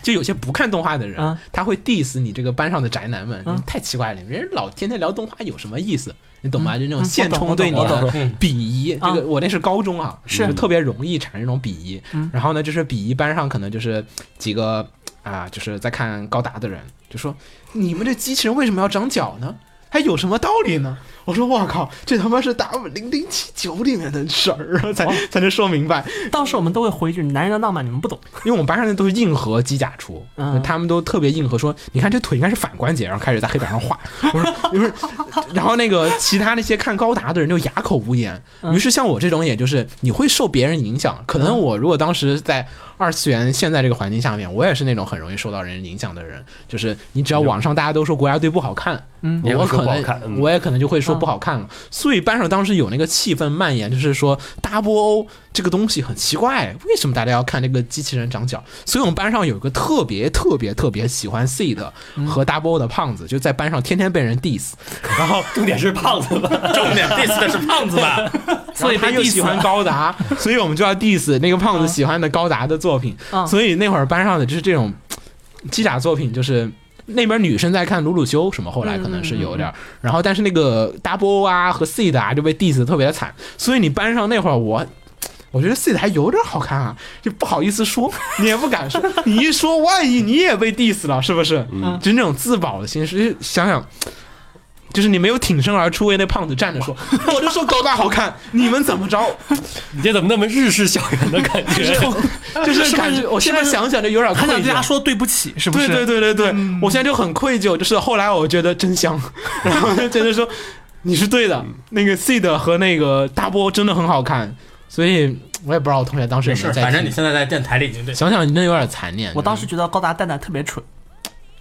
Speaker 3: 就有些不看动画的人，
Speaker 4: 嗯
Speaker 3: 他会 diss 你这个班上的宅男们，
Speaker 4: 嗯
Speaker 3: 太奇怪了，人家老天天聊动画有什么意思？你懂吗？就那种
Speaker 4: 嗯
Speaker 3: 现
Speaker 4: 我懂
Speaker 3: 充
Speaker 4: 我
Speaker 3: 对你
Speaker 4: 懂
Speaker 3: 的
Speaker 5: 我懂嗯
Speaker 3: 鄙夷，这
Speaker 4: 啊
Speaker 3: 个我那是高中啊，
Speaker 4: 是嗯
Speaker 3: 就特别容易产生这种鄙夷。然后呢，就是鄙夷班上可能就是几个啊，就是在看高达的人就说：“你们这机器人为什么要长脚呢？它有什么道理呢？”我说：“我靠，这他妈是打我零零七九里面的事儿 啊，
Speaker 4: 哦
Speaker 3: 才、才能说明白。
Speaker 4: 当时我们都会回一句：“男人的浪漫你们不懂。
Speaker 3: 因为我们班上的都是硬核机甲出，
Speaker 4: 嗯
Speaker 3: 他们都特别硬核说，你看这腿应该是反关节，然后开始在黑板上画。我说，我说，然后那个其他那些看高达的人就哑口无言。于是像我这种，也就是你会受别人影响。可能我如果当时在二次元现在这个环境下面，我也是那种很容易受到人影响的人。就是你只要网上大家都说国家队不好看，
Speaker 4: 嗯
Speaker 2: 也
Speaker 3: 我
Speaker 2: 会说
Speaker 3: 可
Speaker 2: 不好看
Speaker 3: 能
Speaker 2: 嗯
Speaker 3: 我也可能就会说不好看了。所以班上当时有那个气氛蔓延，就是说大波欧这个东西很奇怪，为什么大家要看这个机器人长脚？所以我们班上有一个特别特别特别喜欢 C 的和大波欧的胖子，就在班上天天被人 diss，然后
Speaker 2: 重点是胖子吧，
Speaker 5: 重点 diss 的是胖子 吧？
Speaker 4: 所以
Speaker 3: 他
Speaker 4: 被
Speaker 3: 又
Speaker 4: diss
Speaker 3: 喜欢高达， 所以我们就要 diss 那个胖子喜欢的高达的作品。
Speaker 4: 嗯
Speaker 3: 所以那会儿班上的就是这种机甲作品，就是那边女生在看鲁鲁修什么，后来可能是有点
Speaker 4: 嗯
Speaker 3: 儿，然后但是那个 double 啊和 seed 啊就被 diss 得特别的惨，所以你班上那会儿我。我觉得 seed 还有点好看啊，就不好意思说， 你也不敢说，你一说万一你也被 diss 了，是不是？
Speaker 2: 嗯
Speaker 3: 就那种自保的心思，就是想想，就是你没有挺身而出为那胖子站着说， 我就说高大好看，你们怎么着？
Speaker 2: 你这怎么那么日式校园的感觉？
Speaker 3: 就是感觉，我现在想想就有点愧
Speaker 4: 还想对他
Speaker 3: 疚。
Speaker 4: 说啊对不起，是不嗯
Speaker 3: 对
Speaker 4: 是？
Speaker 3: 对对对对，我现在就很愧疚。就是后来我觉得真 香，然后就觉得说你是对
Speaker 4: 嗯
Speaker 3: 的，那个 seed 和那个大波真的很好看，所以我也不知道我同学当时有
Speaker 5: 没
Speaker 3: 没
Speaker 5: 事，
Speaker 3: 有在
Speaker 5: 反正你
Speaker 3: 听。
Speaker 5: 现在在电台里已经对。
Speaker 3: 想想真的有点残念。
Speaker 4: 我当时觉得高达蛋蛋特别蠢，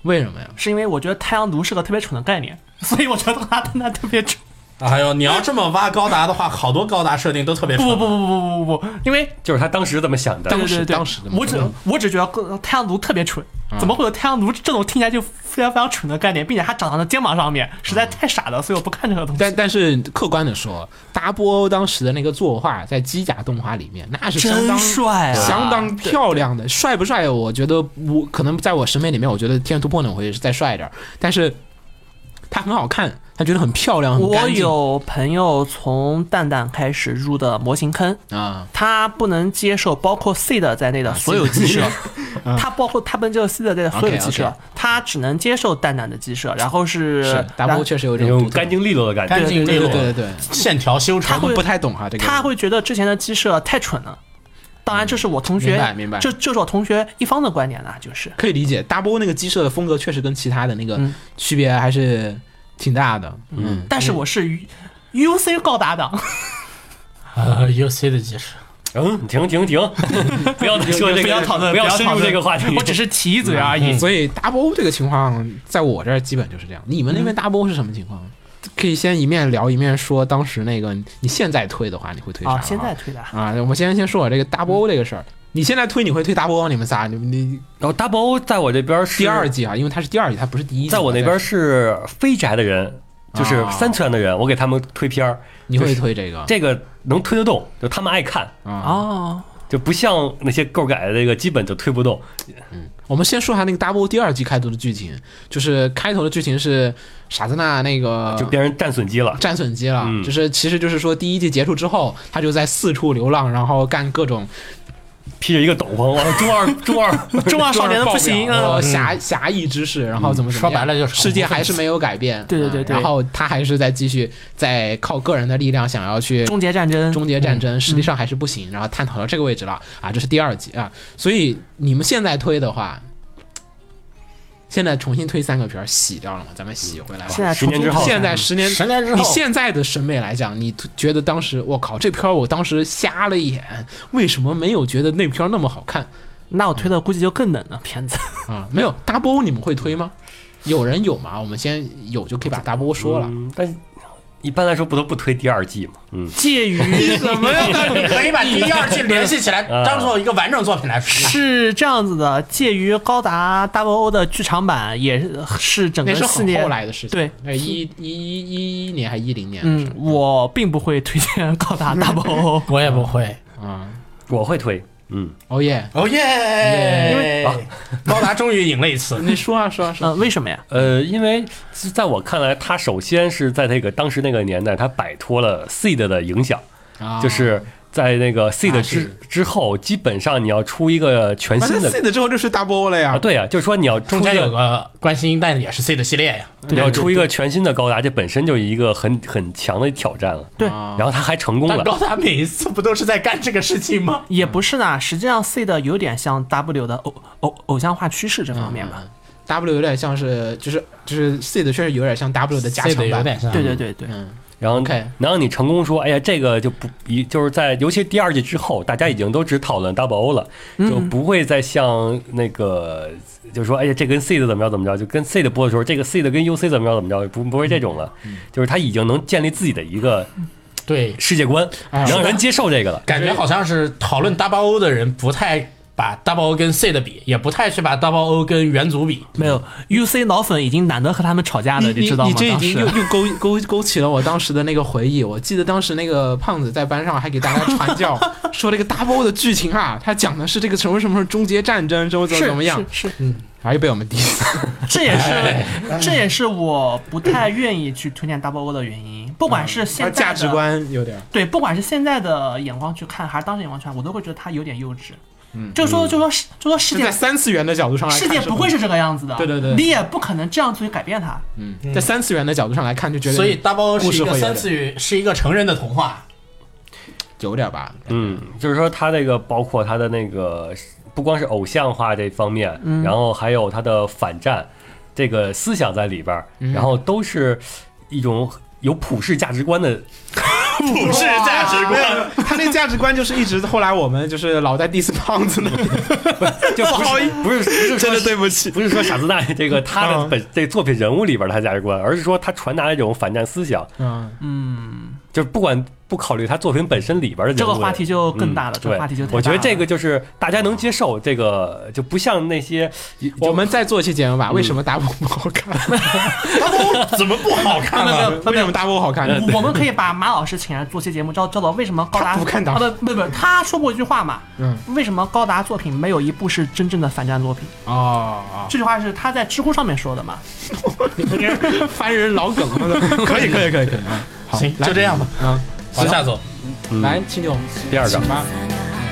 Speaker 3: 为什么呀？
Speaker 4: 是因为我觉得太阳毒是个特别蠢的概念， 所以我觉得高达蛋蛋特别蠢。
Speaker 5: 哎呦，你要这么挖高达的话，好多高达设定都特别
Speaker 4: 不不
Speaker 5: 蠢
Speaker 4: 不不不不不不，因为
Speaker 2: 就是他当时怎么想的？
Speaker 3: 当时
Speaker 4: 对对对
Speaker 3: 当时的嘛
Speaker 4: 我只我只觉得高太阳毒特别蠢，怎么会有太阳毒这种听起来就非常非常蠢的概念，并且它长到了肩膀上面，实在太傻了，所以我不看这个东西。
Speaker 3: 但但是客观的说，达波欧当时的那个作画在机甲动画里面，那是相当
Speaker 4: 真帅啊
Speaker 3: 相当漂亮的。帅不帅？我觉得我可能在我审美里面，我觉得《天元突破》那回是再帅一点儿，但是它很好看，它觉得很漂亮，很
Speaker 4: 我
Speaker 3: 干净
Speaker 4: 有朋友从蛋蛋开始入的模型坑，
Speaker 3: 啊。
Speaker 4: 他不能接受包括 C 的在内的啊所有机设，他包括他不能接受 C 的在内的所有
Speaker 3: 嗯 OK，OK
Speaker 4: 机设，他只能接受蛋蛋的机设，然 后
Speaker 3: 是
Speaker 4: 是
Speaker 3: 达波欧确实有这
Speaker 2: 那
Speaker 3: 种
Speaker 2: 种
Speaker 3: 独特
Speaker 2: 干，净利落的感觉
Speaker 5: 干，净利
Speaker 3: 对对
Speaker 5: 落，
Speaker 3: 对对对，
Speaker 5: 线条修
Speaker 3: 他
Speaker 5: 长。
Speaker 3: 们不太懂啊哈这个。
Speaker 4: 他会觉得之前的鸡舍太蠢了。当然，这是我同学，
Speaker 3: 明白明白
Speaker 4: 这这是我同学一方的观点啦，就是
Speaker 3: 可以理解，达波欧那个鸡舍的风格确实跟其他的那个
Speaker 4: 嗯
Speaker 3: 区别还是挺大的。嗯，
Speaker 4: 但是我是 U C 高达党，
Speaker 5: 呃，UC 的技术，
Speaker 2: 嗯，停停停，不要再说这个，
Speaker 4: 不要讨论，
Speaker 2: 不要
Speaker 4: 讨
Speaker 2: 深入
Speaker 4: 论
Speaker 2: 这个话题。
Speaker 4: 我只是提一嘴啊而
Speaker 5: 嗯
Speaker 4: 已。
Speaker 3: 所以 double 这个情况，在我这儿基本就是这样。你们那边 double 是什么情况？嗯可以先一面聊一面说当时那个你现在推的话，你会推啥？
Speaker 4: 啊，现在推的，
Speaker 3: 啊，我们先先说我这个 double 这个事儿。你现在推你会推 double 哦你们仨，你你
Speaker 2: 然后 Double 在我这边是
Speaker 3: 第二季啊，因为它是第二季，它不是第一季。
Speaker 2: 在我那边啊是非宅的人，就是三次元的人，我给他们推片儿，啊
Speaker 3: 你会推这个
Speaker 2: 这个能推得动，就他们爱看。
Speaker 3: 啊？
Speaker 4: 哦，
Speaker 2: 就不像那些够改的那个基本就推不动。
Speaker 3: 我们先说下那个 Double 第二季开头的剧情，就是开头的剧情是傻子娜那个
Speaker 2: 就变成战损机了。
Speaker 3: 战损机了，
Speaker 2: 嗯
Speaker 3: 就是其实就是说第一季结束之后，他就在四处流浪，然后干各种
Speaker 2: 披着一个斗篷，我啊中 二中二
Speaker 4: 中二少年的不 行啊！
Speaker 3: 呃侠侠义之事，然后怎么怎么样、
Speaker 5: 嗯说白了就是
Speaker 3: 世界还是没有改变，
Speaker 4: 对对对
Speaker 3: 嗯
Speaker 4: 对
Speaker 3: 然后他还是在继续在靠个人的力量想要去
Speaker 4: 终结战争，
Speaker 3: 终结战
Speaker 5: 嗯
Speaker 3: 争，实际上还是不行，然后探讨到这个位置了啊，这是第二集啊，所以你们现在推的话。现在重新推三个片儿，洗掉了嘛？咱们洗回来吧。
Speaker 4: 现在
Speaker 2: 十年之后
Speaker 3: 现在十年
Speaker 5: 十年之后
Speaker 3: 你现在的审美来讲，你觉得当时我靠这片儿，我当时瞎了眼，为什么没有觉得那片儿那么好看
Speaker 4: 那我推的估计就更冷了，片子。
Speaker 3: 啊？没有 double 你们会推吗？有人有吗？我们先有就可以把 double 说了。
Speaker 2: 嗯但一般来说不都不推第二季吗？嗯，
Speaker 4: 介于
Speaker 5: 怎么样？你可以把第一、二季联系起来，
Speaker 2: 嗯
Speaker 5: 当做一个完整作品来说。
Speaker 4: 是这样子的，介于高达 Double O 的剧场版，也是整
Speaker 3: 那
Speaker 4: 个
Speaker 3: 是
Speaker 4: 四
Speaker 3: 很
Speaker 4: 年
Speaker 3: 后来的事情，
Speaker 4: 对
Speaker 3: 那一一一一一年还一零年的事
Speaker 4: 嗯，我并不会推荐高 达 Double O，
Speaker 5: 我也不会。
Speaker 3: 啊。
Speaker 2: 我会推。嗯，
Speaker 3: 哦耶，
Speaker 5: 哦耶！
Speaker 2: 啊
Speaker 5: 高达终于赢了一次。
Speaker 3: 你说啊说啊说啊，
Speaker 4: 嗯，为什么呀？
Speaker 2: 呃，因为是在我看来，它首先是在那个当时那个年代，它摆脱了 seed 的影响，
Speaker 3: 啊
Speaker 2: 就是在那个 seed
Speaker 3: 啊
Speaker 2: 之、
Speaker 3: 是
Speaker 2: 之后，基本上你要出一个全
Speaker 6: 反
Speaker 2: 新
Speaker 3: 啊
Speaker 6: 正
Speaker 2: 的
Speaker 6: seed 之后就是 double 了
Speaker 2: 啊，
Speaker 6: 呀。
Speaker 2: 对呀、就是说你要出
Speaker 5: 中
Speaker 2: 一
Speaker 5: 间有
Speaker 2: 个
Speaker 5: 个关心，但也是 C 的系列呀。
Speaker 2: 你要出一个全新的高达，这本身就是一个很很强的挑战了。
Speaker 4: 对
Speaker 2: 然后他还成功
Speaker 5: 但
Speaker 2: 了。
Speaker 5: 高达每一次不都是在干这个事情吗？
Speaker 4: 也
Speaker 3: 嗯
Speaker 4: 不是呢，实际上 C 的有点像 W 的偶偶偶像化趋势这方面吧。
Speaker 3: W 有点像是就是就是 C 的确实有点像 W 的加强版，
Speaker 5: 像
Speaker 4: 对对对对，
Speaker 3: 嗯，
Speaker 2: 然后
Speaker 3: OK
Speaker 2: 然后你成功说，哎呀，这个就不一就是在尤其第二季之后，大家已经都只讨论 Double O 了，就不会再像那个就说，哎呀，这跟 C 的怎么着怎么着，就跟 C 的播的时候，这个 C 的跟 UC 怎么着怎么着，不不会这种了，就是他已经能建立自己的一个
Speaker 5: 对，
Speaker 2: 世界观，
Speaker 3: 哎
Speaker 2: 让人接受这个了。
Speaker 5: 感觉好像是讨论 Double O 的人不太把 Double O 跟 C 的比，也不太去把 Double O 跟元祖比。
Speaker 4: 没有 UC 老粉已经懒得和他们吵架了，
Speaker 3: 你
Speaker 4: 知道吗？
Speaker 3: 你这已
Speaker 4: 当
Speaker 3: 经又
Speaker 4: 时
Speaker 3: 又勾勾勾起了我当时的那个回忆。我记得当时那个胖子在班上还给大家传教，说这个 Double 的剧情啊，他讲的是这个什么什么终结战争，什么怎么怎么样，
Speaker 4: 是是，
Speaker 3: 然后又被我们 diss。
Speaker 4: 这也
Speaker 3: 哎
Speaker 4: 是 这也是我不太愿意去推荐 Double O 的原因。不管是
Speaker 3: 嗯
Speaker 4: 现在
Speaker 3: 而
Speaker 4: 的
Speaker 3: 价值观有点儿，
Speaker 4: 对，不管是现在的眼光去看，还是当时眼光去看，我都会觉得他有点幼稚。嗯，就说就说世就说世
Speaker 3: 就在
Speaker 4: 界
Speaker 3: 三次元的角度上来看
Speaker 4: 世
Speaker 3: 是，
Speaker 4: 界不会是这个样子的，
Speaker 3: 对对对
Speaker 4: 你也不可能这样去改变它。
Speaker 6: 嗯
Speaker 3: 在三次元的角度上来看，就觉得
Speaker 5: 所以 Double O 是
Speaker 3: 故事
Speaker 5: 一
Speaker 3: 会有
Speaker 5: 个
Speaker 3: 点
Speaker 5: 三次元，是一个成人的童话。
Speaker 3: 有点儿吧。
Speaker 2: 嗯，就是说他这个包括他的那个不光是偶像化这方面，
Speaker 4: 嗯
Speaker 2: 然后还有他的反战这个思想在里边儿，
Speaker 4: 嗯
Speaker 2: 然后都是一种有普世价值 观的。
Speaker 6: 普世价值观，他那价值观就是一直后来我们就是老在 diss 胖子 呢，
Speaker 2: 就不是不是不是
Speaker 6: 真
Speaker 2: 说
Speaker 6: 的对不起。
Speaker 2: 不是说傻子大爷 这个他
Speaker 4: 嗯
Speaker 2: 的本这作品人物里边儿他价值观，而是说他传达的这种反战思想，
Speaker 3: 嗯，
Speaker 2: 就是不管不考虑他作品本身里边儿的人物
Speaker 4: 这个话题就更大了
Speaker 2: 嗯
Speaker 4: 这个话题就
Speaker 2: 对
Speaker 4: 太
Speaker 2: 我觉得
Speaker 4: 大了
Speaker 2: 这个就是大家能接受，这个就不像那些
Speaker 3: 我们再做一期节目
Speaker 6: 嗯
Speaker 3: 吧。为什么 Double 不好看？
Speaker 5: 怎么不好看
Speaker 4: 没有没
Speaker 5: 了？
Speaker 4: 有
Speaker 3: 为什么 Double 好看？
Speaker 4: 我们可以把马老师请来做期节目，教教导为什么高达
Speaker 3: 呃他不看党
Speaker 4: 啊不不不，他说过一句话嘛，
Speaker 3: 嗯，
Speaker 4: 为什么高达作品没有一部是真正的反战作品？
Speaker 3: 哦，
Speaker 4: 这句话是他在知乎上面说的嘛？
Speaker 3: 哦烦人老梗了。
Speaker 6: 可以可以 可以可以，
Speaker 3: 好
Speaker 5: 行，
Speaker 3: 来
Speaker 5: 就这样吧，
Speaker 3: 啊，
Speaker 5: 往下走。
Speaker 6: 嗯
Speaker 3: 来，秦九，
Speaker 2: 第二个
Speaker 3: 请吧。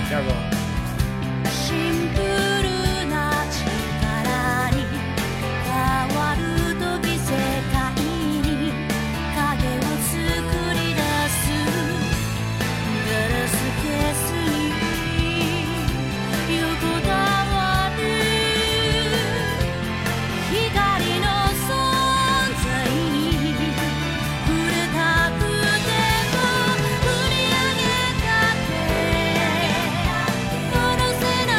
Speaker 6: 第二个。
Speaker 8: 「シンプルな力に変わるとき世界に影を作り出す」「ガラスケースに横たわる」「光の存在に触れたくても振り上げた手」「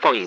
Speaker 9: 放映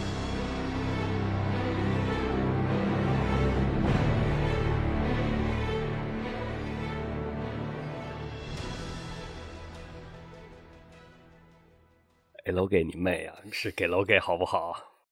Speaker 2: 给楼给你妹啊，是给楼给好不好？